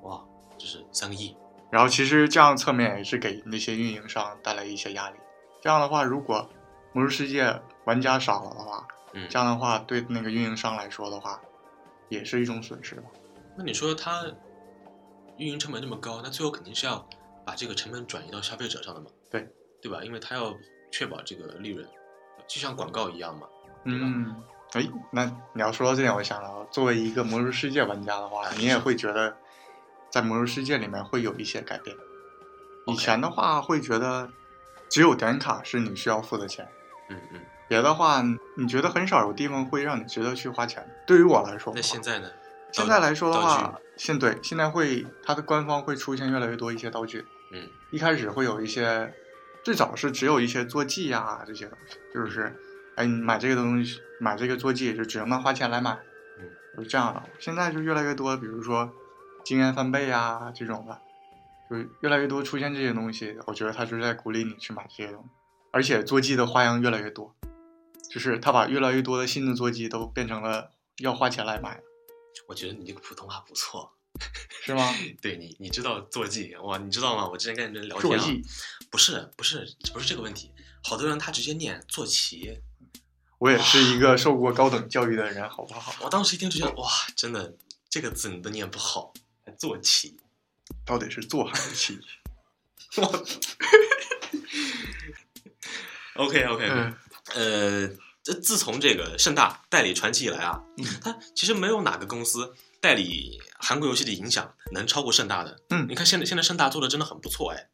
A: 哇，这是三个亿。
B: 然后其实这样侧面也是给那些运营商带来一些压力。这样的话，如果魔兽世界玩家少了的话，
A: 嗯
B: 这，样的话对那个运营商来说的话，也是一种损失吧。
A: 那你说它运营成本这么高，那最后肯定是要把这个成本转移到消费者上的嘛？
B: 对，
A: 对吧？因为它要确保这个利润，就像广告一样嘛。
B: 嗯，哎，那你要说到这点，我想到了，作为一个魔兽世界玩家的
A: 哎
B: 话，你也会觉得在魔兽世界里面会有一些改变。以
A: OK
B: 前的话会觉得只有点卡是你需要付的钱，
A: 嗯嗯。
B: 别的话你觉得很少有地方会让你值得去花钱。对于我来说
A: 那
B: 的话，
A: 现在呢？
B: 现在来说的
A: 道具
B: 话，现对现在会它的官方会出现越来越多一些道具，
A: 嗯，
B: 一开始会有一些，最早是只有一些坐骑呀、这些东西，就是，哎，你买这个东西，买这个坐骑就只能花钱来买，
A: 嗯，
B: 就这样的。现在就越来越多，比如说经验翻倍呀、啊这种的，就是越来越多出现这些东西，我觉得他就是在鼓励你去买这些东西，而且坐骑的花样越来越多，就是他把越来越多的新的坐骑都变成了要花钱来买，
A: 我觉得你这个普通话不错。
B: 是吗？
A: 对你，你知道坐骑哇？你知道吗？我之前跟人聊天、啊，
B: 坐骑，
A: 不是不是不是这个问题，好多人他直接念坐骑，
B: 我也是一个受过高等教育的人，好不好？
A: 我当时一听就觉得哇，真的这个字你都念不好，还坐骑。
B: 到底是坐还是骑？
A: OK OK，、
B: 嗯，
A: 呃，这自从这个盛大代理传奇以来啊，
B: 嗯
A: 它其实没有哪个公司代理韩国游戏的影响能超过盛大的。
B: 嗯
A: 你看现在现在盛大做的真的很不错哎，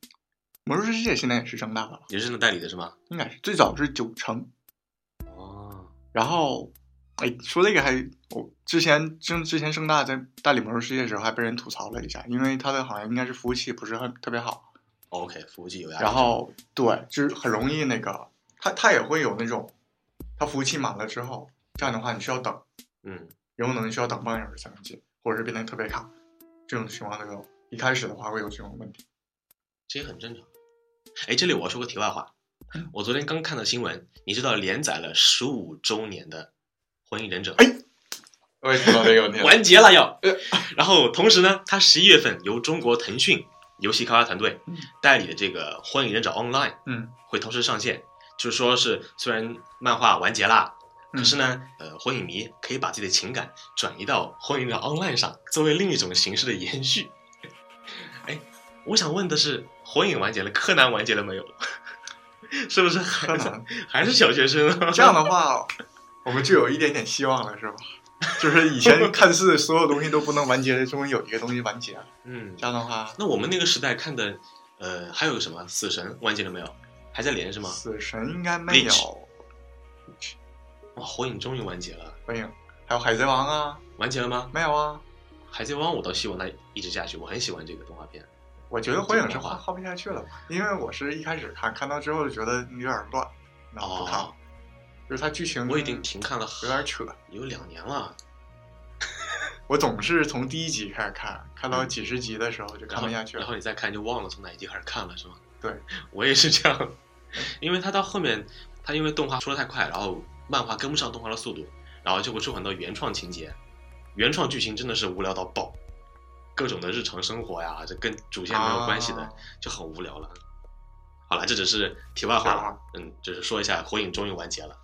B: 魔兽世界现在也是正大的了，
A: 也是盛大代理的是吗？
B: 应该是最早是九成，
A: 哦，
B: 然后，哎，说这个还我之前之之前盛大在代理魔兽世界的时候还被人吐槽了一下，因为它的好像应该是服务器不是很特别好，
A: OK，服务器有压力。
B: 然后对，就是很容易那个，它它也会有那种，它服务器满了之后，这样的话你需要等，
A: 嗯，
B: 有可能需要等半个小时才能进，或者是变得特别卡，这种情况都有。一开始的话会有这种问题，
A: 这也很正常。哎，这里我要说个题外话，我昨天刚看到新闻，你知道连载了十五周年的《火影忍者》
B: 哎我也听到这个问题了。
A: 完结了要
B: 呃。
A: 然后同时呢，它十一月份由中国腾讯游戏开发团队
B: 嗯
A: 代理的这个《火影忍者 Online》
B: 嗯
A: 会同时上线，就是说是虽然漫画完结啦。可是呢，
B: 嗯
A: 呃，火影迷可以把自己的情感转移到《火影忍者 Online》上，作为另一种形式的延续。 哎，我想问的是，火影完结了，柯南完结了没有？ 是不是
B: 柯
A: 还
B: 南
A: 还是小学生啊？
B: 这样的话，我们就有一点点希望了，是吧？就是以前看似所有东西都不能完结的，终于有一个东西完结了。
A: 嗯，
B: 这样的话，
A: 那我们那个时代看的，呃，还有什么《死神》完结了没有？还在连是吗？
B: 死神应该没有，
A: Bleach 哇，《火影》终于完结了，
B: 火影还有海贼王啊，
A: 完结了吗？
B: 没有啊。
A: 《海贼王》我倒希望它一直下去，我很喜欢这个动画片。
B: 我觉得火影是
A: 这个
B: 画
A: 话
B: 画不下去了，因为我是一开始看，看到之后就觉得有点乱，然后不看了。
A: 哦
B: 就是它剧情
A: 我已经停看了
B: 有点扯，
A: 有两年了，
B: 我总是从第一集开始看，看到几十集的时候就
A: 然
B: 看
A: 后
B: 不下去
A: 然
B: 了。
A: 后你再看就忘了从哪一集开始看了是吗？
B: 对，
A: 我也是这样，因为它到后面，它因为动画出的太快，然后漫画跟不上动画的速度，然后就会出很多原创情节，原创剧情真的是无聊到爆，各种的日常生活呀，这跟主线没有关系的。
B: 啊
A: 就很无聊了。好了，这只是题外话
B: 题外
A: 了。嗯，只是说一下，火影终于完结了，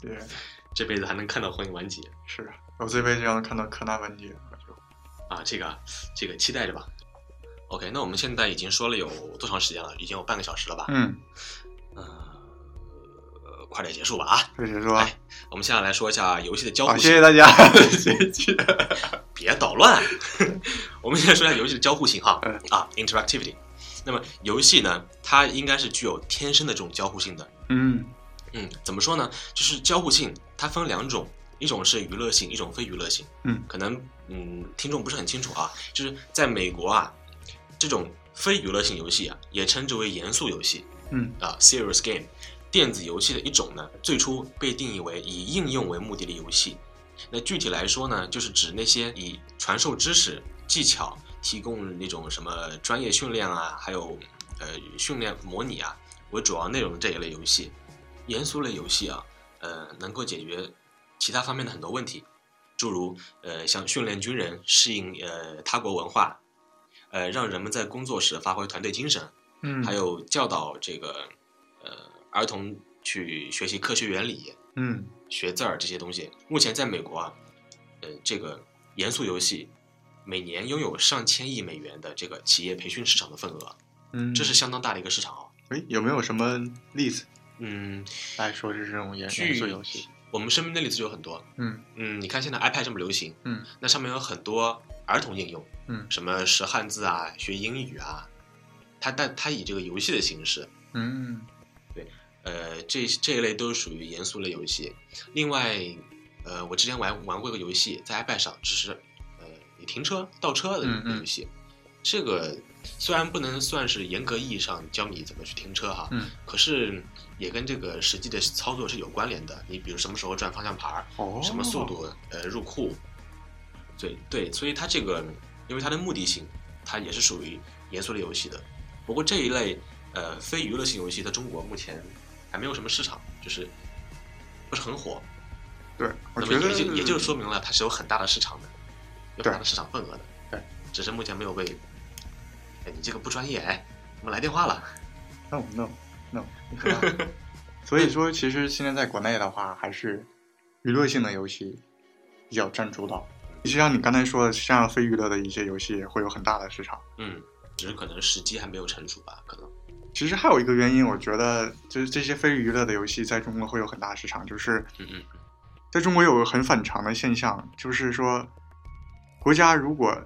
B: 对，
A: 这辈子还能看到火影完结
B: 是啊我这辈子要能看到柯南文杰，我就
A: 啊，这个啊这个期待着吧。OK，那我们现在已经说了有多长时间了？已经有半个小时了吧？
B: 嗯，
A: 嗯、呃快点结束吧啊！
B: 这结束啊
A: 哎，我们接下来说一下游戏的交
B: 好，
A: 互
B: 谢
A: 性，
B: 谢大家，谢谢。
A: 别捣乱。 我们现在说一下游戏的交互性哈
B: 嗯
A: 啊，interactivity。那么游戏呢，它应该是具有天生的这种交互性的，
B: 嗯
A: 嗯，怎么说呢？就是交互性，它分两种，一种是娱乐性，一种非娱乐性。
B: 嗯
A: 可能嗯，听众不是很清楚啊，就是在美国啊，这种非娱乐性游戏啊，也称之为严肃游戏
B: 嗯
A: 啊 （serious game）。电子游戏的一种呢，最初被定义为以应用为目的的游戏。那具体来说呢，就是指那些以传授知识、技巧、提供那种什么专业训练啊，还有呃训练模拟啊为主要内容的这一类游戏。严肃类游戏啊，呃，能够解决其他方面的很多问题，诸如呃，像训练军人、适应呃他国文化，呃，让人们在工作时发挥团队精神，
B: 嗯，
A: 还有教导这个呃儿童去学习科学原理、
B: 嗯
A: 学字儿这些东西。目前在美国啊，呃，这个严肃游戏每年拥有上千亿美元的这个企业培训市场的份额，
B: 嗯，
A: 这是相当大的一个市场啊。
B: 哎，有没有什么例子
A: 嗯，
B: 来说是这种严
A: 具
B: 严肃游戏？
A: 我们身边的例子有很多，
B: 嗯
A: 嗯，你看现在 iPad 这么流行，
B: 嗯，
A: 那上面有很多儿童应用，
B: 嗯
A: 什么识汉字啊、学英语啊，它但它以这个游戏的形式，
B: 嗯
A: 呃，这这一类都属于严肃类游戏。另外，呃，我之前玩玩过一个游戏，在 iPad 上，只是呃，你停车倒车的
B: 嗯嗯
A: 游戏。这个虽然不能算是严格意义上教你怎么去停车哈，
B: 嗯，
A: 可是也跟这个实际的操作是有关联的。你比如什么时候转方向盘儿，
B: 哦，
A: 什么速？度呃入库，对对，所以它这个因为它的目的性，它也是属于严肃类游戏的。不过这一类呃非娱乐性游戏在中国目前还没有什么市场，就是不是很火。
B: 对，我
A: 那
B: 哦觉
A: 么
B: 得
A: 也就也就是说明了它是有很大的市场的，有
B: 对
A: 很大的市场份额的。
B: 对，
A: 只是目前没有被。哎，你这个不专业哎，我们来电话了。
B: no no no，你看啊所以说其实现在在国内的话，还是娱乐性的游戏比较占主导。就像你刚才说的，像非娱乐的一些游戏也会有很大的市场。
A: 嗯，只是可能时机还没有成熟吧，可能。
B: 其实还有一个原因，我觉得就是这些非娱乐的游戏在中国会有很大市场，就是
A: 嗯嗯
B: 在中国有个很反常的现象，就是说，国家如果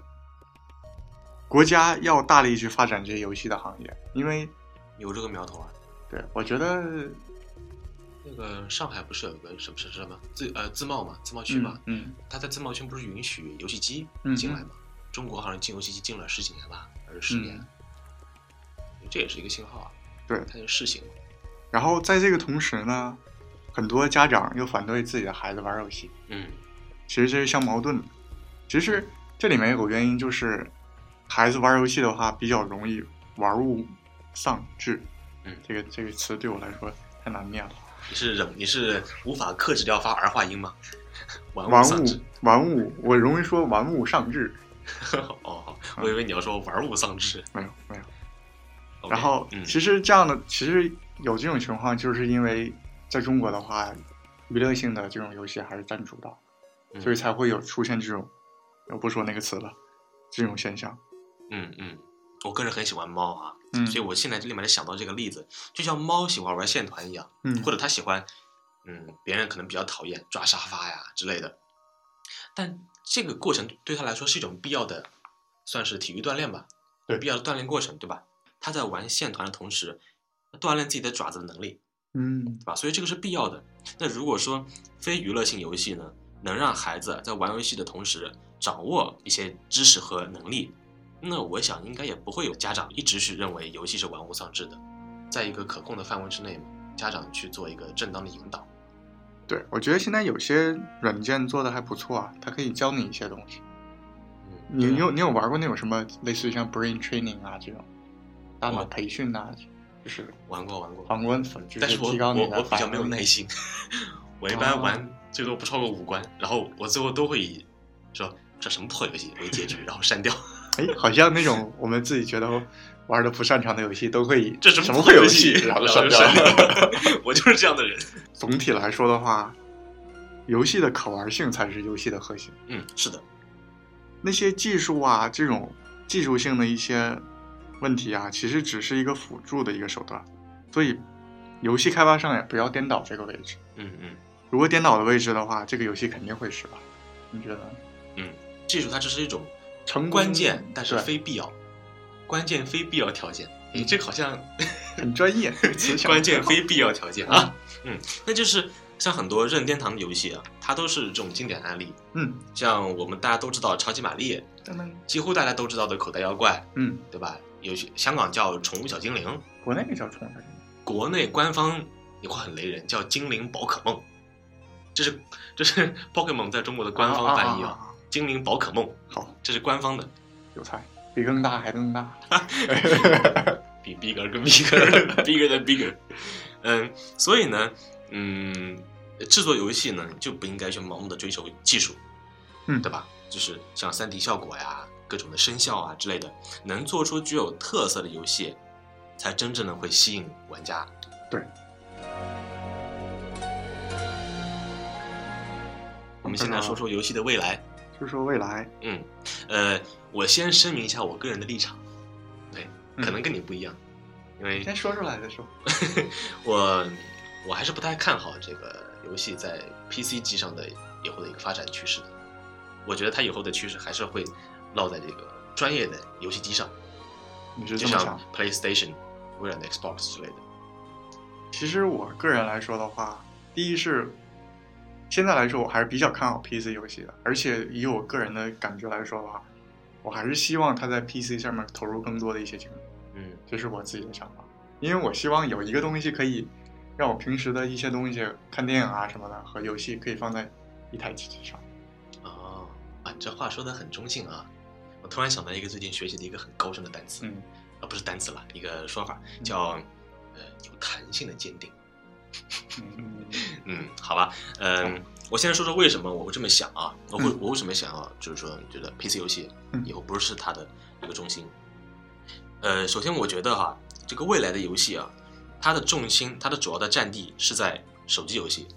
B: 国家要大力去发展这些游戏的行业，因为
A: 有这个苗头啊。
B: 对我觉
A: 嗯
B: 得
A: 那个上海不是有个什么什么什么自呃自贸嘛，自贸区嘛，
B: 嗯
A: 它在自贸区不是允许游戏机
B: 嗯
A: 进来嘛？中国好像进游戏机进了十几年吧，还是十年？
B: 嗯
A: 这也是一个信号啊。
B: 对
A: 它是试行。
B: 然后在这个同时呢，很多家长又反对自己的孩子玩游戏，
A: 嗯，
B: 其实这是相矛盾的。其实这里面有个原因就是，孩子玩游戏的话比较容易玩物丧志。
A: 嗯
B: 这个这个词对我来说太难念了。
A: 你是忍，你是无法克制掉发儿化音吗？玩
B: 玩
A: 丧
B: 物
A: 志。
B: 玩物，我容易说玩物丧志。嗯
A: 哦，我以为你要说玩物丧志。
B: 没有没有。
A: OK，
B: 然后
A: 嗯，
B: 其实这样的，其实有这种情况，就是因为在中国的话，娱乐性的这种游戏还是占主导，
A: 嗯
B: 所以才会有出现这种，我不说那个词了，这种现象。
A: 嗯嗯，我个人很喜欢猫啊，
B: 嗯，
A: 所以我现在就立马就想到这个例子，就像猫喜欢玩线团一样，
B: 嗯
A: 或者它喜欢，嗯，别人可能比较讨厌抓沙发呀之类的，但这个过程对它来说是一种必要的，算是体育锻炼吧，
B: 对
A: 必要的锻炼过程，对吧？它在玩线团的同时，锻炼自己的爪子的能力，
B: 嗯
A: 对吧？所以这个是必要的。那如果说非娱乐性游戏呢，能让孩子在玩游戏的同时掌握一些知识和能力，那我想应该也不会有家长一直去认为游戏是玩物丧志的，在一个可控的范围之内嘛，家长去做一个正当的引导。
B: 对，我觉得现在有些软件做的还不错啊，它可以教你一些东西。
A: 嗯，
B: 你
A: 对啊
B: 你有你有玩过那种什么类似于像 brain training 啊这种，大脑
A: 我
B: 培训啊，就是
A: 玩过玩过，
B: 旁观法，就
A: 但是我
B: 提高
A: 我
B: 你
A: 我
B: 的
A: 比较
B: 反
A: 没有
B: 应力哦
A: 耐心， 我一般玩最多不超过五关，然后我最后都会以说这什么破游戏为结局，然后删掉。
B: 哎，好像那种我们自己觉得玩的不擅长的游戏，都会以
A: 这是
B: 什么会游戏，
A: 然
B: 然
A: 后
B: 后
A: 就
B: 删
A: 删
B: 掉。
A: 掉。 我就是这样的人。
B: 总体来说的话，游戏的可玩性才是游戏的核心。
A: 嗯，是的，
B: 那些技术啊，这种技术性的一些问题啊，其实只是一个辅助的一个手段。所以，游戏开发商也不要颠倒这个位置。
A: 嗯嗯，
B: 如果颠倒的位置的话，这个游戏肯定会失败。你觉得呢？
A: 技术它只是一种
B: 成功
A: 关键，但是
B: 对
A: 非必要，关键非必要条件。你这个好 像
B: 很专 业，词强
A: 关键非必要条件啊，嗯，那就是像很多任天堂的游戏啊，它都是这种经典案例，
B: 嗯，
A: 像我们大家都知道超级玛丽，
B: 当当
A: 几乎大家都知道的口袋妖怪，
B: 嗯，
A: 对吧？有些香港叫宠物小精灵，
B: 国内那叫宠物小精灵。
A: 国内官方也会很雷人，叫精灵宝可梦，这是这是 Pokemon 在中国的官方翻译啊，
B: 啊啊啊啊
A: 精灵宝可梦，
B: 好，
A: 这是官方的，
B: 有才，比更大还更大。
A: 比 bigger 更 bigger，bigger than bigger。嗯，所以呢，嗯，制作游戏呢就不应该去盲目的追求技术，
B: 嗯
A: 对吧？就是像三 D 效果呀、各种的声效啊之类的，能做出具有特色的游戏，才真正的会吸引玩家。
B: 对。
A: 我们现在说说游戏的未来。
B: 就说未来，
A: 嗯，呃，我先声明一下我个人的立场，对，
B: 嗯
A: 可能跟你不一样，因为
B: 先说出来再说。
A: 我我还是不太看好这个游戏在 PC 机上的以后的一个发展趋势的。我觉得它以后的趋势还是会落在这个专业的游戏机上，
B: 你是
A: 就
B: 这么
A: 像
B: 想？
A: PlayStation、微软的 Xbox 之类的。
B: 其实我个人来说的话，第一是现在来说，我还是比较看好 PC 游戏的，而且以我个人的感觉来说的话，我还是希望它在 PC 上面投入更多的一些精力，
A: 嗯
B: 这是我自己的想法。因为我希望有一个东西可以让我平时的一些东西，看电影啊什么的，和游戏可以放在一台机器上。
A: 哦啊，你这话说的很中性啊。我突然想到一个最近学习的一个很高深的单词，
B: 嗯，
A: 啊不是单词了，一个说法叫呃有弹性的坚定。
B: 嗯，
A: 嗯，好吧，嗯，我先说说为什么我会这么想啊，我会、我为什么想要就是说觉得 PC 游戏
B: 嗯
A: 以后不是它的一个重心。呃，首先我觉得哈，这个未来的游戏啊，它的重心，它的主要的占地是在手机游戏。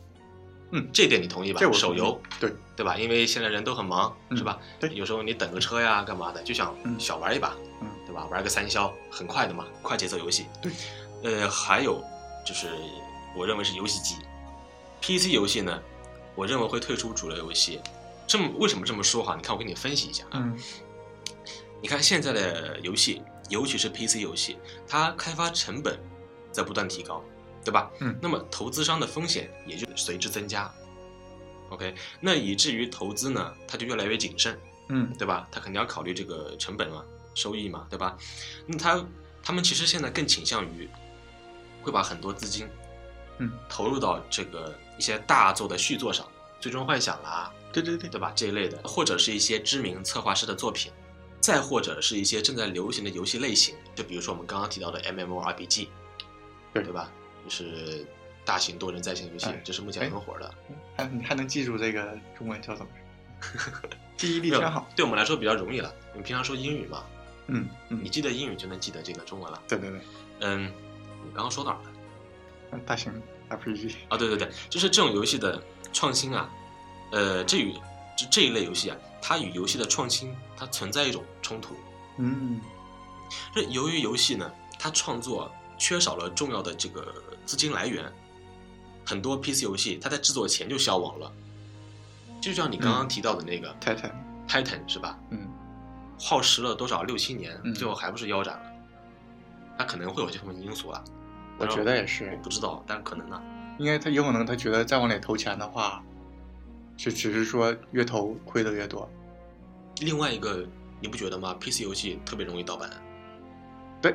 B: 嗯
A: 这点你同意吧？
B: 这我
A: 手
B: 同意
A: 游
B: 对
A: 对吧？因为现在人都很忙，
B: 嗯
A: 是吧？
B: 对
A: 有时候你等个车呀，干嘛的，就想
B: 嗯
A: 小玩一把，
B: 嗯
A: 对吧？玩个三消，很快的嘛，快节奏游戏。
B: 对，
A: 呃，还有就是我认为是游戏机，PC 游戏呢，我认为会退出主流游戏。这么为什么这么说哈？你看我给你分析一下啊。
B: 嗯
A: 你看现在的游戏，尤其是 PC 游戏，它开发成本在不断提高，对吧？
B: 嗯
A: 那么投资商的风险也就随之增加。OK，那以至于投资呢，它就越来越谨慎，
B: 嗯
A: 对吧？它肯定要考虑这个成本嘛、收益嘛，对吧？那它他们其实现在更倾向于会把很多资金，
B: 嗯，
A: 投入到这个一些大作的续作上，最终幻想》啦，
B: 对对对，
A: 对吧？这一类的，或者是一些知名策划师的作品，再或者是一些正在流行的游戏类型，就比如说我们刚刚提到的 MMORPG，
B: 对
A: 对吧？就是大型多人在线游戏
B: 哎，
A: 这是目前很火的。
B: 还你还能记住这个中文叫怎么说？记忆力真好。
A: 对我们来说比较容易了。我们平常说英语嘛，
B: 嗯嗯
A: 你，记得英语就能记得这个中文了。
B: 对对对，
A: 嗯，我刚刚说哪儿了？
B: 嗯大型 RPG，
A: 啊，对对对，就是这种游戏的创新啊，呃，这与这这一类游戏啊，它与游戏的创新它存在一种冲突。
B: 嗯，
A: 这由于游戏呢，它创作缺少了重要的这个资金来源，很多 PC 游戏它在制作前就消亡了。就像你刚
B: 嗯
A: 刚提到的那个
B: 泰坦，
A: Titan 是吧？
B: 嗯，
A: 耗时了多少六七年，
B: 嗯
A: 最后还不是腰斩了？它可能会有这方面因素啊。
B: 我觉得也是
A: 我不知道，但是可能啊呢、
B: 应该他有可能他觉得再往里投钱的话，就只是说越投亏的越多。
A: 另外一个，你不觉得吗？PC 游戏特别容易盗版。
B: 对，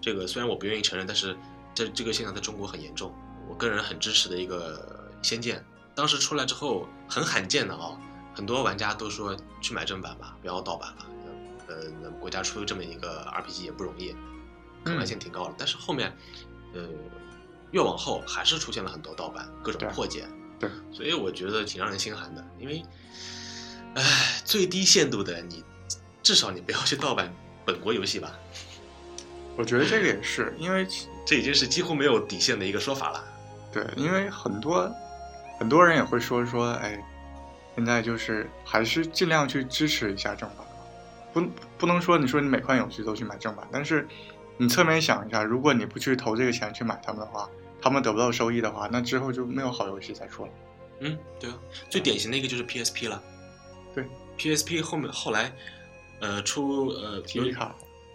A: 这个虽然我不愿意承认，但是这这个现象在中国很严重。我个人很支持的一个《仙剑》，当时出来之后很罕见的啊、很多玩家都说去买正版吧，不要盗版了。呃，那国家出这么一个 RPG 也不容易，可玩性挺
B: 嗯
A: 高的。但是后面，呃，越往后还是出现了很多盗版，各种
B: 对
A: 破解。
B: 对
A: 所以我觉得挺让人心寒的，因为，唉，最低限度的你，至少你不要去盗版本国游戏吧，
B: 我觉得这个也是，因为
A: 这已经是几乎没有底线的一个说法了。
B: 对，因为很多很多人也会说说，哎，现在就是还是尽量去支持一下正版吧，不不能说你说你每款游戏都去买正版，但是你侧面想一下，如果你不去投这个钱去买它们的话，他们得不到收益的话，那之后就没有好游戏再出了。
A: 嗯，对啊，最典型的一个就是 PSP 了。
B: 对
A: ，PSP 后面后来，呃，出呃
B: 记忆卡，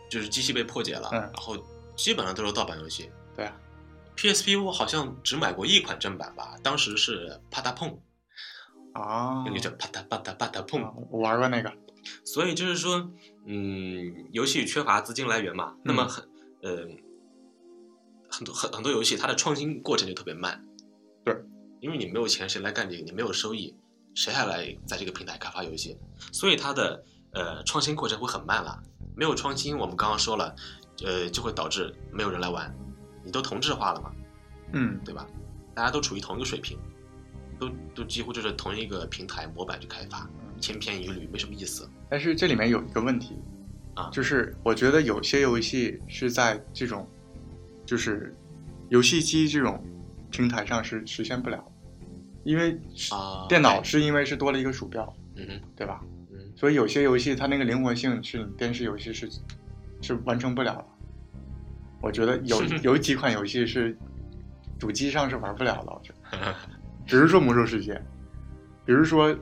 A: 就是机器被破解了，
B: 嗯
A: 然后基本上都是盗版游戏。
B: 对啊，
A: PSP 我好像只买过一款正版吧，当时是啪嗒碰，
B: 啊
A: 那，个叫啪嗒啪嗒啪嗒碰，
B: 啊我玩过那个，
A: 所以就是说，嗯，游戏缺乏资金来源嘛，那么很，呃，很多很很多游戏它的创新过程就特别慢，
B: 对，
A: 因为你没有钱，谁来干这个？你没有收益，谁还来在这个平台开发游戏？所以它的呃创新过程会很慢了。没有创新，我们刚刚说了，呃，就会导致没有人来玩，你都同质化了嘛，
B: 嗯，
A: 对吧？大家都处于同一个水平，都都几乎就是同一个平台模板去开发，千篇一律，没什么意思。
B: 但是这里面有一个问题
A: 啊
B: 就是我觉得有些游戏是在这种，就是游戏机这种平台上是实现不了，因为是
A: 啊
B: 电脑是因为是多了一个鼠标，
A: 嗯哼。
B: 对吧？
A: 嗯，
B: 所以有些游戏它那个灵活性是你电视游戏是是完成不了的。我觉得 有有几款游戏是主机上是玩不了的，我觉得。比如说《魔兽世界》，比如说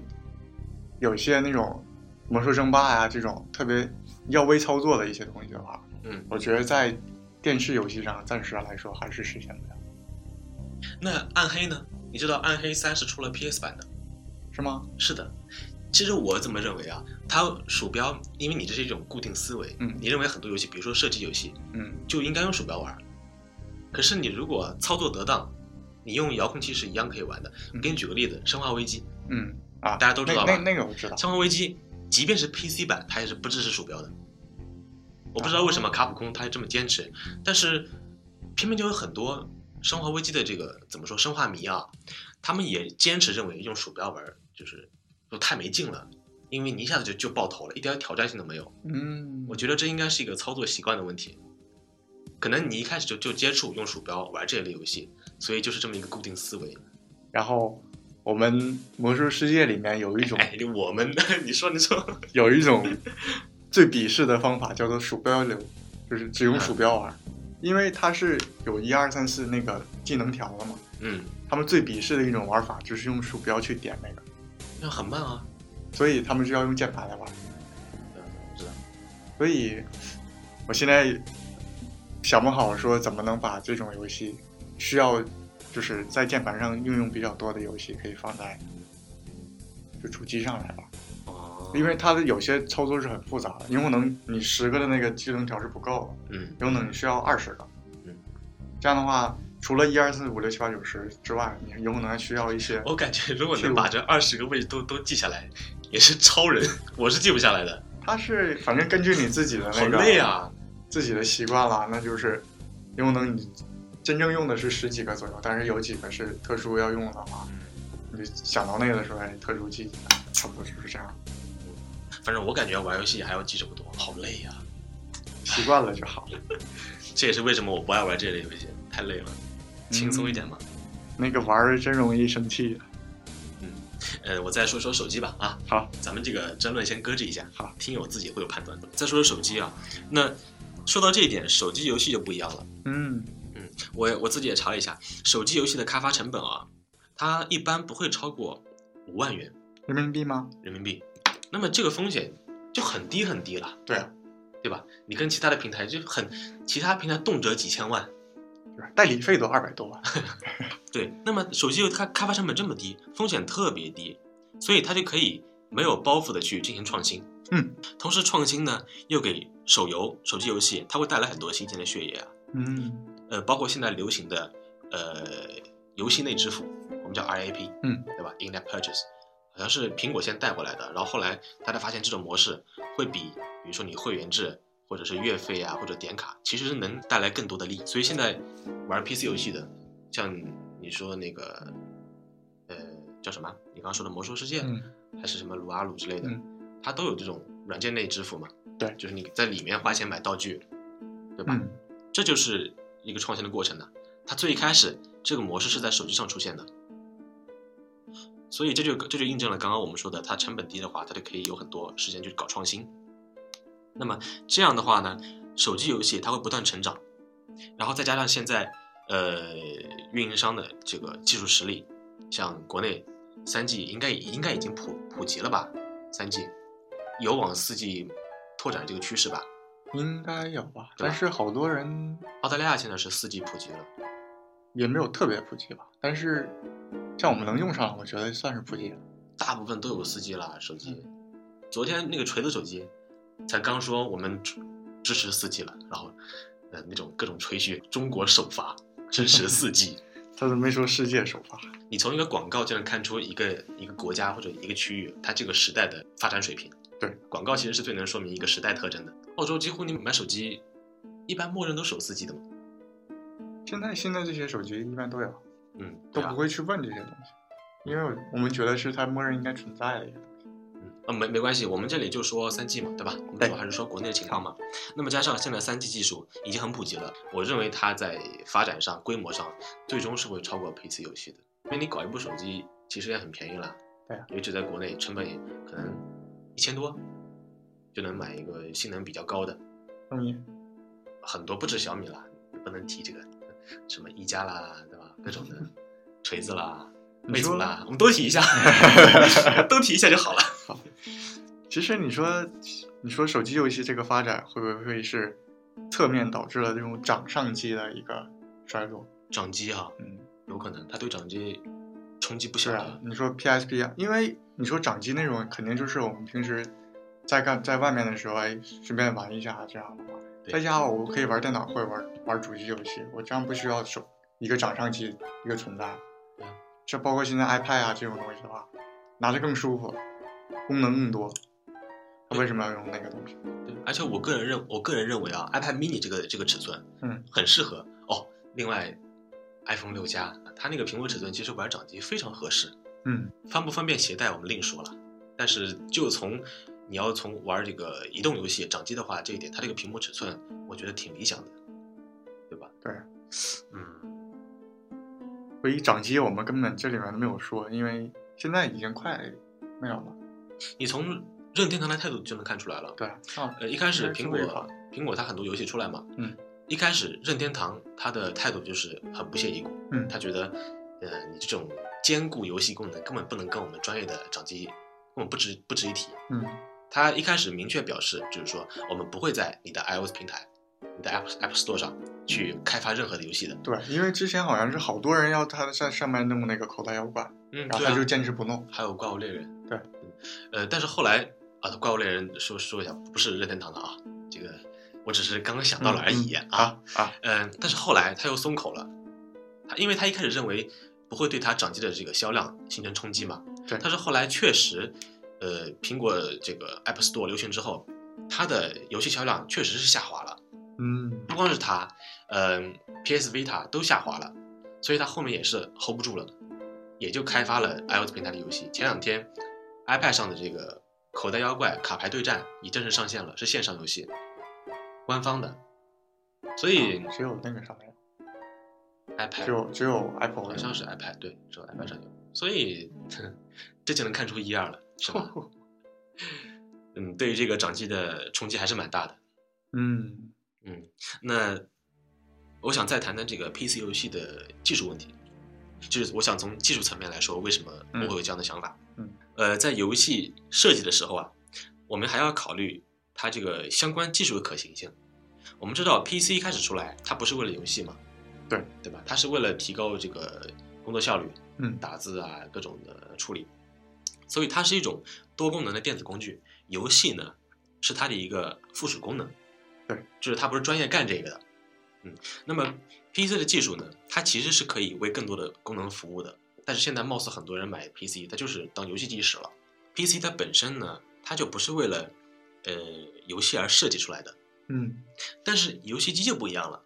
B: 有些那种《魔兽争霸、呀这种特别要微操作的一些东西的话，
A: 嗯，
B: 我觉得在电视游戏上暂时来说还是实现不了，
A: 那暗黑呢？你知道暗黑三是出了 PS 版的？
B: 是吗？
A: 是的。其实我怎么认为啊？它鼠标，因为你这是一种固定思维，
B: 嗯
A: 你认为很多游戏，比如说射击游戏，
B: 嗯，
A: 就应该用鼠标玩儿。可是你如果操作得当，你用遥控器是一样可以玩的。我给你举个例子，《生化危机
B: 嗯啊，
A: 大家都知道吧
B: 那那那个我知道》，
A: 《生化危机》即便是 PC 版，它也是不支持鼠标的。我不知道为什么卡普空它这么坚持，但是偏偏就有很多《生化危机》的这个怎么说生化迷啊，他们也坚持认为用鼠标玩儿就是就太没劲了，因为你一下子就就爆头了，一点挑战性都没有。
B: 嗯，
A: 我觉得这应该是一个操作习惯的问题，可能你一开始就就接触用鼠标玩这一类游戏，所以就是这么一个固定思维。
B: 然后我们《魔兽世界》里面有一种
A: 哎，我们 你说你说，
B: 有一种最鄙视的方法叫做鼠标流，就是
A: 嗯
B: 只用鼠标玩，因为它是有一二三四那个技能条的嘛。
A: 嗯，
B: 他们最鄙视的一种玩法就是用鼠标去点那个，
A: 那很慢啊，
B: 所以他们是要用键盘来玩。
A: 嗯我知道。
B: 所以我现在想不好说怎么能把这种游戏需要就是在键盘上运用比较多的游戏，可以放在就主机上来玩。
A: 哦，
B: 因为它的有些操作是很复杂的，有可能你十个的那个技能条是不够的，
A: 嗯
B: 有可能你需要二十个。
A: 嗯，
B: 这样的话，除了一二四五六七八九十之外，你有可能还需要一些
A: 我感 觉如果能把这二十个位置都都记下来，也是超人， 我是记不下来的，
B: 它是反正根据你自己的
A: 好
B: 那个
A: 累啊！
B: 自己的习惯了，那就是有可能你真正用的是十几个左右，但是有几个是特殊要用的话，
A: 嗯
B: 你想到那个的时候，哎，特殊记忆，差不多就是这样，
A: 反正我感觉玩游戏还要记这么多，好累呀、
B: 习惯了就好。
A: 这也是为什么我不爱玩这类游戏，太累了，
B: 嗯
A: 轻松一点嘛。
B: 那个玩儿真容易生气。
A: 呃，我再说说手机吧啊。
B: 好，
A: 咱们这个争论先搁置一下。
B: 好，
A: 听友自己会有判断的。再说说手机啊，那说到这一点，手机游戏就不一样了。
B: 嗯，
A: 我我自己也查了一下，手机游戏的开发成本啊，它一般不会超过五万元
B: 人民币吗？
A: 人民币，那么这个风险就很低很低了，
B: 对啊，
A: 对吧？你跟其他的平台就很，其他平台动辄几千万，
B: 对吧代理费都二百多万。
A: 对，那么手机又开开发成本这么低，风险特别低，所以它就可以没有包袱的去进行创新。
B: 嗯，
A: 同时创新呢，又给手游、手机游戏，它会带来很多新鲜的血液啊。
B: 嗯
A: 呃，包括现在流行的呃游戏内支付，我们叫 RAP，
B: 嗯，
A: 对吧？In-app purchase，好像是苹果先带过来的，然后后来大家发现这种模式会比，比如说你会员制或者是月费啊或者点卡，其实是能带来更多的利益。所以现在玩 PC 游戏的，像你说那个呃叫什么？你刚刚说的《魔兽世界》
B: 嗯，
A: 还是什么撸啊撸之类的，
B: 嗯
A: 它都有这种软件内支付嘛？
B: 对
A: 就是你在里面花钱买道具，对吧？
B: 嗯，
A: 这就是一个创新的过程呢。它最一开始这个模式是在手机上出现的，所以这就这就印证了刚刚我们说的，它成本低的话，它就可以有很多时间去搞创新。那么这样的话呢，手机游戏它会不断成长，然后再加上现在呃运营商的这个技术实力，像国内三 G 应该应该已经普普及了吧？三 G 有往四 G 拓展这个趋势吧？
B: 应该有吧，
A: 对吧
B: 但是好多人
A: 澳大利亚现在是四 G 普及了。
B: 也没有特别普及吧。但是像我们能用上，我觉得算是普及了。
A: 大部分都有四 G 了手机。昨天那个锤子手机才刚说我们支支持四 G 了，然后呃那种各种吹嘘，中国首发支持四 G。
B: 他怎么没说世界首发？
A: 你从一个广告就能看出一个一个国家或者一个区域它这个时代的发展水平。
B: 对，
A: 广告其实是最能说明一个时代特征的。澳洲几乎你买手机，一般默认都是有四 G 的嘛。
B: 现在现在这些手机一般都有，
A: 嗯，
B: 都
A: 对啊
B: 不会去问这些东西，因为我们觉得是它默认应该存在的一个东西。
A: 嗯啊，没没关系，我们这里就说三 G 嘛，对吧？我们主要还是说国内的情况嘛。那么加上现在三 G 技术已经很普及了，我认为它在发展上、规模上，最终是会超过 PC 游戏的。因为你搞一部手机其实也很便宜了，
B: 对啊
A: 尤其在国内成本也可能一千多就能买一个性能比较高的，
B: 用你
A: 很多不止小米啦，不能提这个什么一加啦，对吧？各种的锤子啦、
B: 你
A: 魅族
B: 说
A: 啦，我们都提一 下，都提一下就好了。
B: 其实你说，你说手机游戏这个发展会不会是侧面导致了这种掌上机的一个衰落？
A: 掌机啊。
B: 嗯，
A: 有可能，他对掌机冲击不小
B: 是啊，
A: 的。
B: 你说 PSP 啊，因为你说掌机那种肯定就是我们平时在干在外面的时候，哎，顺便玩一下这样的嘛。
A: 对
B: 在家我可以玩电脑，会玩玩主机游戏，我这样不需要手一个掌上机一个存在
A: 对啊。
B: 这包括现在 iPad 啊这种东西的话，拿着更舒服，功能更多。他为什么要用那个东西？
A: 对，而且我个人认，我个人认为啊，iPad mini 这个这个尺寸，
B: 嗯，
A: 很适合哦。另外，iPhone 六加，它那个屏幕尺寸其实玩掌机非常合适。
B: 嗯，
A: 方不方便携带我们另说了，但是就从你要从玩这个移动游戏掌机的话，这一点它这个屏幕尺寸我觉得挺理想的，对吧？
B: 对，
A: 嗯，
B: 所以掌机我们根本这里面都没有说，因为现在已经快没有了。
A: 你从任天堂的态度就能看出来了。
B: 对，啊，
A: 呃，一开始
B: 应该是
A: 苹果
B: 微软
A: 苹果它很多游戏出来嘛，
B: 嗯，
A: 一开始任天堂它的态度就是很不屑一顾，
B: 嗯
A: 他觉得，呃，你这种兼顾游戏功能根本不能跟我们专业的掌机根本不值不值一提。
B: 嗯，
A: 他一开始明确表示，就是说我们不会在你的 iOS 平台、你的 App App Store 上去
B: 嗯
A: 开发任何的游戏的。
B: 对，因为之前好像是好多人要他在上面弄那个口袋妖怪，
A: 嗯，
B: 然后
A: 对
B: 他
A: 啊
B: 就，坚持不弄。
A: 还有怪物猎人。
B: 对
A: 嗯，呃，但是后来啊，怪物猎人说说一下，不是任天堂的啊，这个我只是刚刚想到了而已
B: 嗯嗯
A: 啊
B: 啊！
A: 嗯，但是后来他又松口了，他因为他一开始认为不会对他掌机的这个销量形成冲击嘛，
B: 对
A: 但是后来确实，呃，苹果这个 App Store 流行之后，它的游戏销量确实是下滑了，
B: 嗯
A: 不光是它，嗯、p s Vita 都下滑了，所以它后面也是 hold 不住了，也就开发了 iOS 平台的游戏。前两天，iPad 上的这个口袋妖怪卡牌对战已正式上线了，是线上游戏，官方的，所以
B: 嗯只有那个上面，
A: iPad
B: 只有只有 Apple，
A: 好像是 iPad，对，只有 iPad 上有，所以这就能看出一二了，是吧？嗯，对于这个掌机的冲击还是蛮大的。
B: 嗯，
A: 嗯，那我想再谈谈这个 PC 游戏的技术问题，就是我想从技术层面来说，为什么我会有这样的想法？
B: 嗯嗯
A: 呃，在游戏设计的时候啊，我们还要考虑它这个相关技术的可行性。我们知道 PC 一开始出来，它不是为了游戏嘛，
B: 对
A: 对吧？它是为了提高这个工作效率，
B: 嗯
A: 打字啊各种的处理，所以它是一种多功能的电子工具。游戏呢是它的一个附属功能，
B: 对，
A: 就是它不是专业干这个的，嗯。那么 PC 的技术呢，它其实是可以为更多的功能服务的，但是现在貌似很多人买 PC，它就是当游戏机使了。PC 它本身呢，它就不是为了呃游戏而设计出来的，
B: 嗯
A: 但是游戏机就不一样了。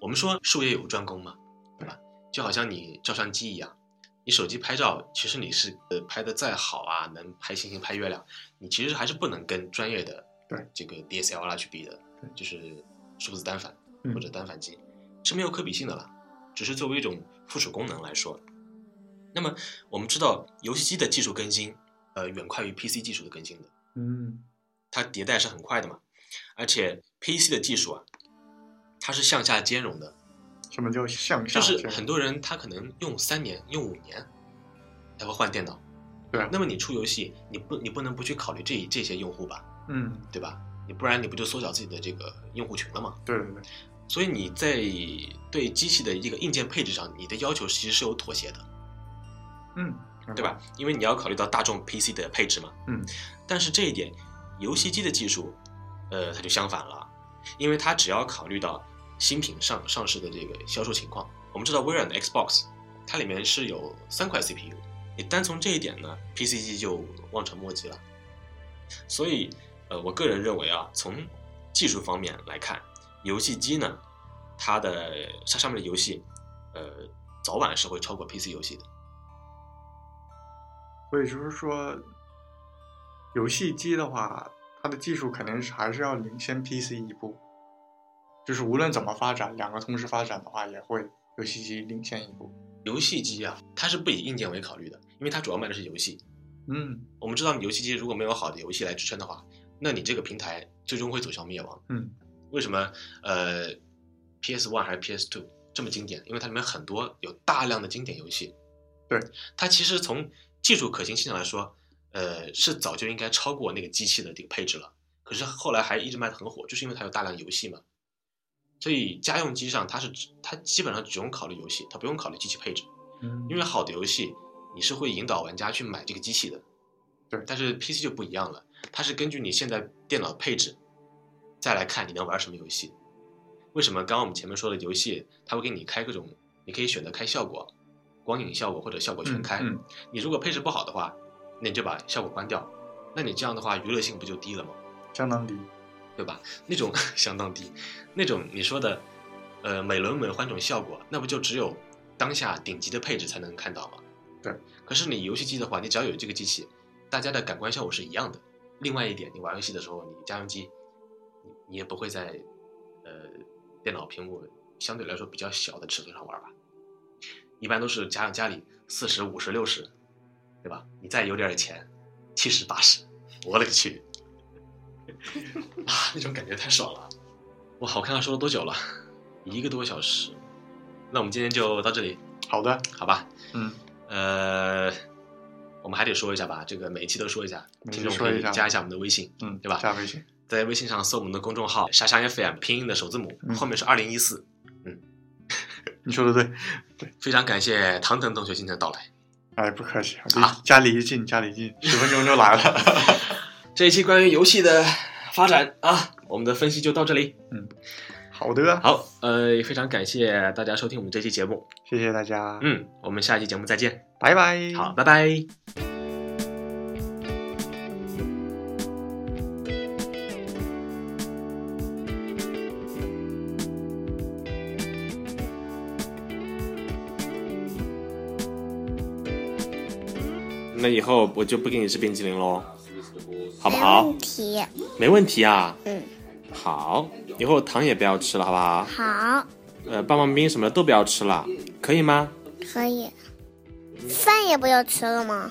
A: 我们说术业有专攻嘛，对吧？就好像你照相机一样，你手机拍照，其实你是呃拍的再好啊，能拍星星、拍月亮，你其实还是不能跟专业的
B: 对
A: 这个 DSLR 啊去比的
B: 对，
A: 就是数字单反
B: 嗯
A: 或者单反机、是没有可比性的啦。只是作为一种附属功能来说，那么我们知道游戏机的技术更新，呃，远快于 PC 技术的更新的。
B: 嗯
A: 它迭代是很快的嘛，而且 PC 的技术啊，它是向下兼容的，
B: 什么叫向下
A: 就
B: 兼容？
A: 是很多人他可能用三年、用五年才会换电脑。
B: 对啊
A: 那么你出游戏，你不你不能不去考虑这这些用户吧，
B: 嗯，
A: 对吧？你不然你不就缩小自己的这个用户群了吗？
B: 对对对，
A: 所以你在对机器的一个硬件配置上，你的要求其实是有妥协的，
B: 嗯，
A: 对吧？因为你要考虑到大众 PC 的配置嘛。
B: 嗯。
A: 但是这一点，游戏机的技术，呃，它就相反了，因为它只要考虑到新品上上市的这个销售情况。我们知道微软的 Xbox，它里面是有三块 CPU，你单从这一点呢，PC 机就望尘莫及了。所以，呃，我个人认为啊，从技术方面来看，游戏机呢，它的它上面的游戏，呃，早晚是会超过 PC 游戏的。
B: 所以就是说，游戏机的话，它的技术肯定是还是要领先 PC 一步，就是无论怎么发展，两个同时发展的话，也会游戏机领先一步。
A: 游戏机啊，它是不以硬件为考虑的，因为它主要卖的是游戏。
B: 嗯
A: 我们知道，你游戏机如果没有好的游戏来支撑的话，那你这个平台最终会走向灭亡。
B: 嗯，
A: 为什么？呃，PS One 还是 PS Two 这么经典？因为它里面很多有大量的经典游戏。
B: 对，
A: 它其实从技术可行性上来说，呃，是早就应该超过那个机器的这个配置了。可是后来还一直卖的很火，就是因为它有大量游戏嘛。所以家用机上它是只它基本上只用考虑游戏，它不用考虑机器配置。
B: 嗯
A: 因为好的游戏，你是会引导玩家去买这个机器的。
B: 对
A: 但是 PC 就不一样了，它是根据你现在电脑配置，再来看你能玩什么游戏。为什么刚刚我们前面说的游戏，它会给你开各种，你可以选择开效果、光影效果或者效果全开。
B: 嗯
A: 你如果配置不好的话，那你就把效果关掉，那你这样的话娱乐性不就低了吗？
B: 相当低。
A: 对吧？那种 相当低，那种你说的，呃，美轮美奂这种效果，那不就只有当下顶级的配置才能看到吗？
B: 对。
A: 可是你游戏机的话，你只要有这个机器，大家的感官效果是一样的。另外一点，你玩游戏的时候，你家用机，你你也不会在，呃，电脑屏幕相对来说比较小的尺寸上玩吧？一般都是家用家里四十五十六十，对吧？你再有点钱，七十八十，我勒个去！啊，那种感觉太爽了。哇，我看看说了多久了，一个多小时。那我们今天就到这里，
B: 好的，
A: 好吧？
B: 嗯，
A: 呃，我们还得说一下吧，这个每一期都说一下，
B: 每期
A: 听众
B: 说
A: 可以
B: 一下
A: 加一下我们的微信，
B: 嗯，
A: 对吧
B: 加微信，
A: 在微信上搜我们的公众号“沙箱 FM”，拼音的首字母，
B: 嗯
A: 后面是二零一四。
B: 你说的对。
A: 非常感谢唐腾同学今天的到来。
B: 哎，不客气，离
A: 啊
B: 家离近，家离近，十分钟就来 了。
A: 这一期关于游戏的发展啊，我们的分析就到这里。
B: 嗯，好的，
A: 好，呃，也非常感谢大家收听我们这期节目。
B: 谢谢大家，
A: 嗯，我们下期节目再见。
B: 拜拜。
A: 好，拜拜。那以后我就不给你吃冰淇淋喽，好不
C: 没
A: 好
C: 问？题。
A: 没问题啊。
C: 嗯，
A: 好，以后糖也不要吃了，好不好？
C: 好，
A: 呃，棒棒冰什么的都不要吃了，可以吗？
C: 可以。饭也不要吃了吗？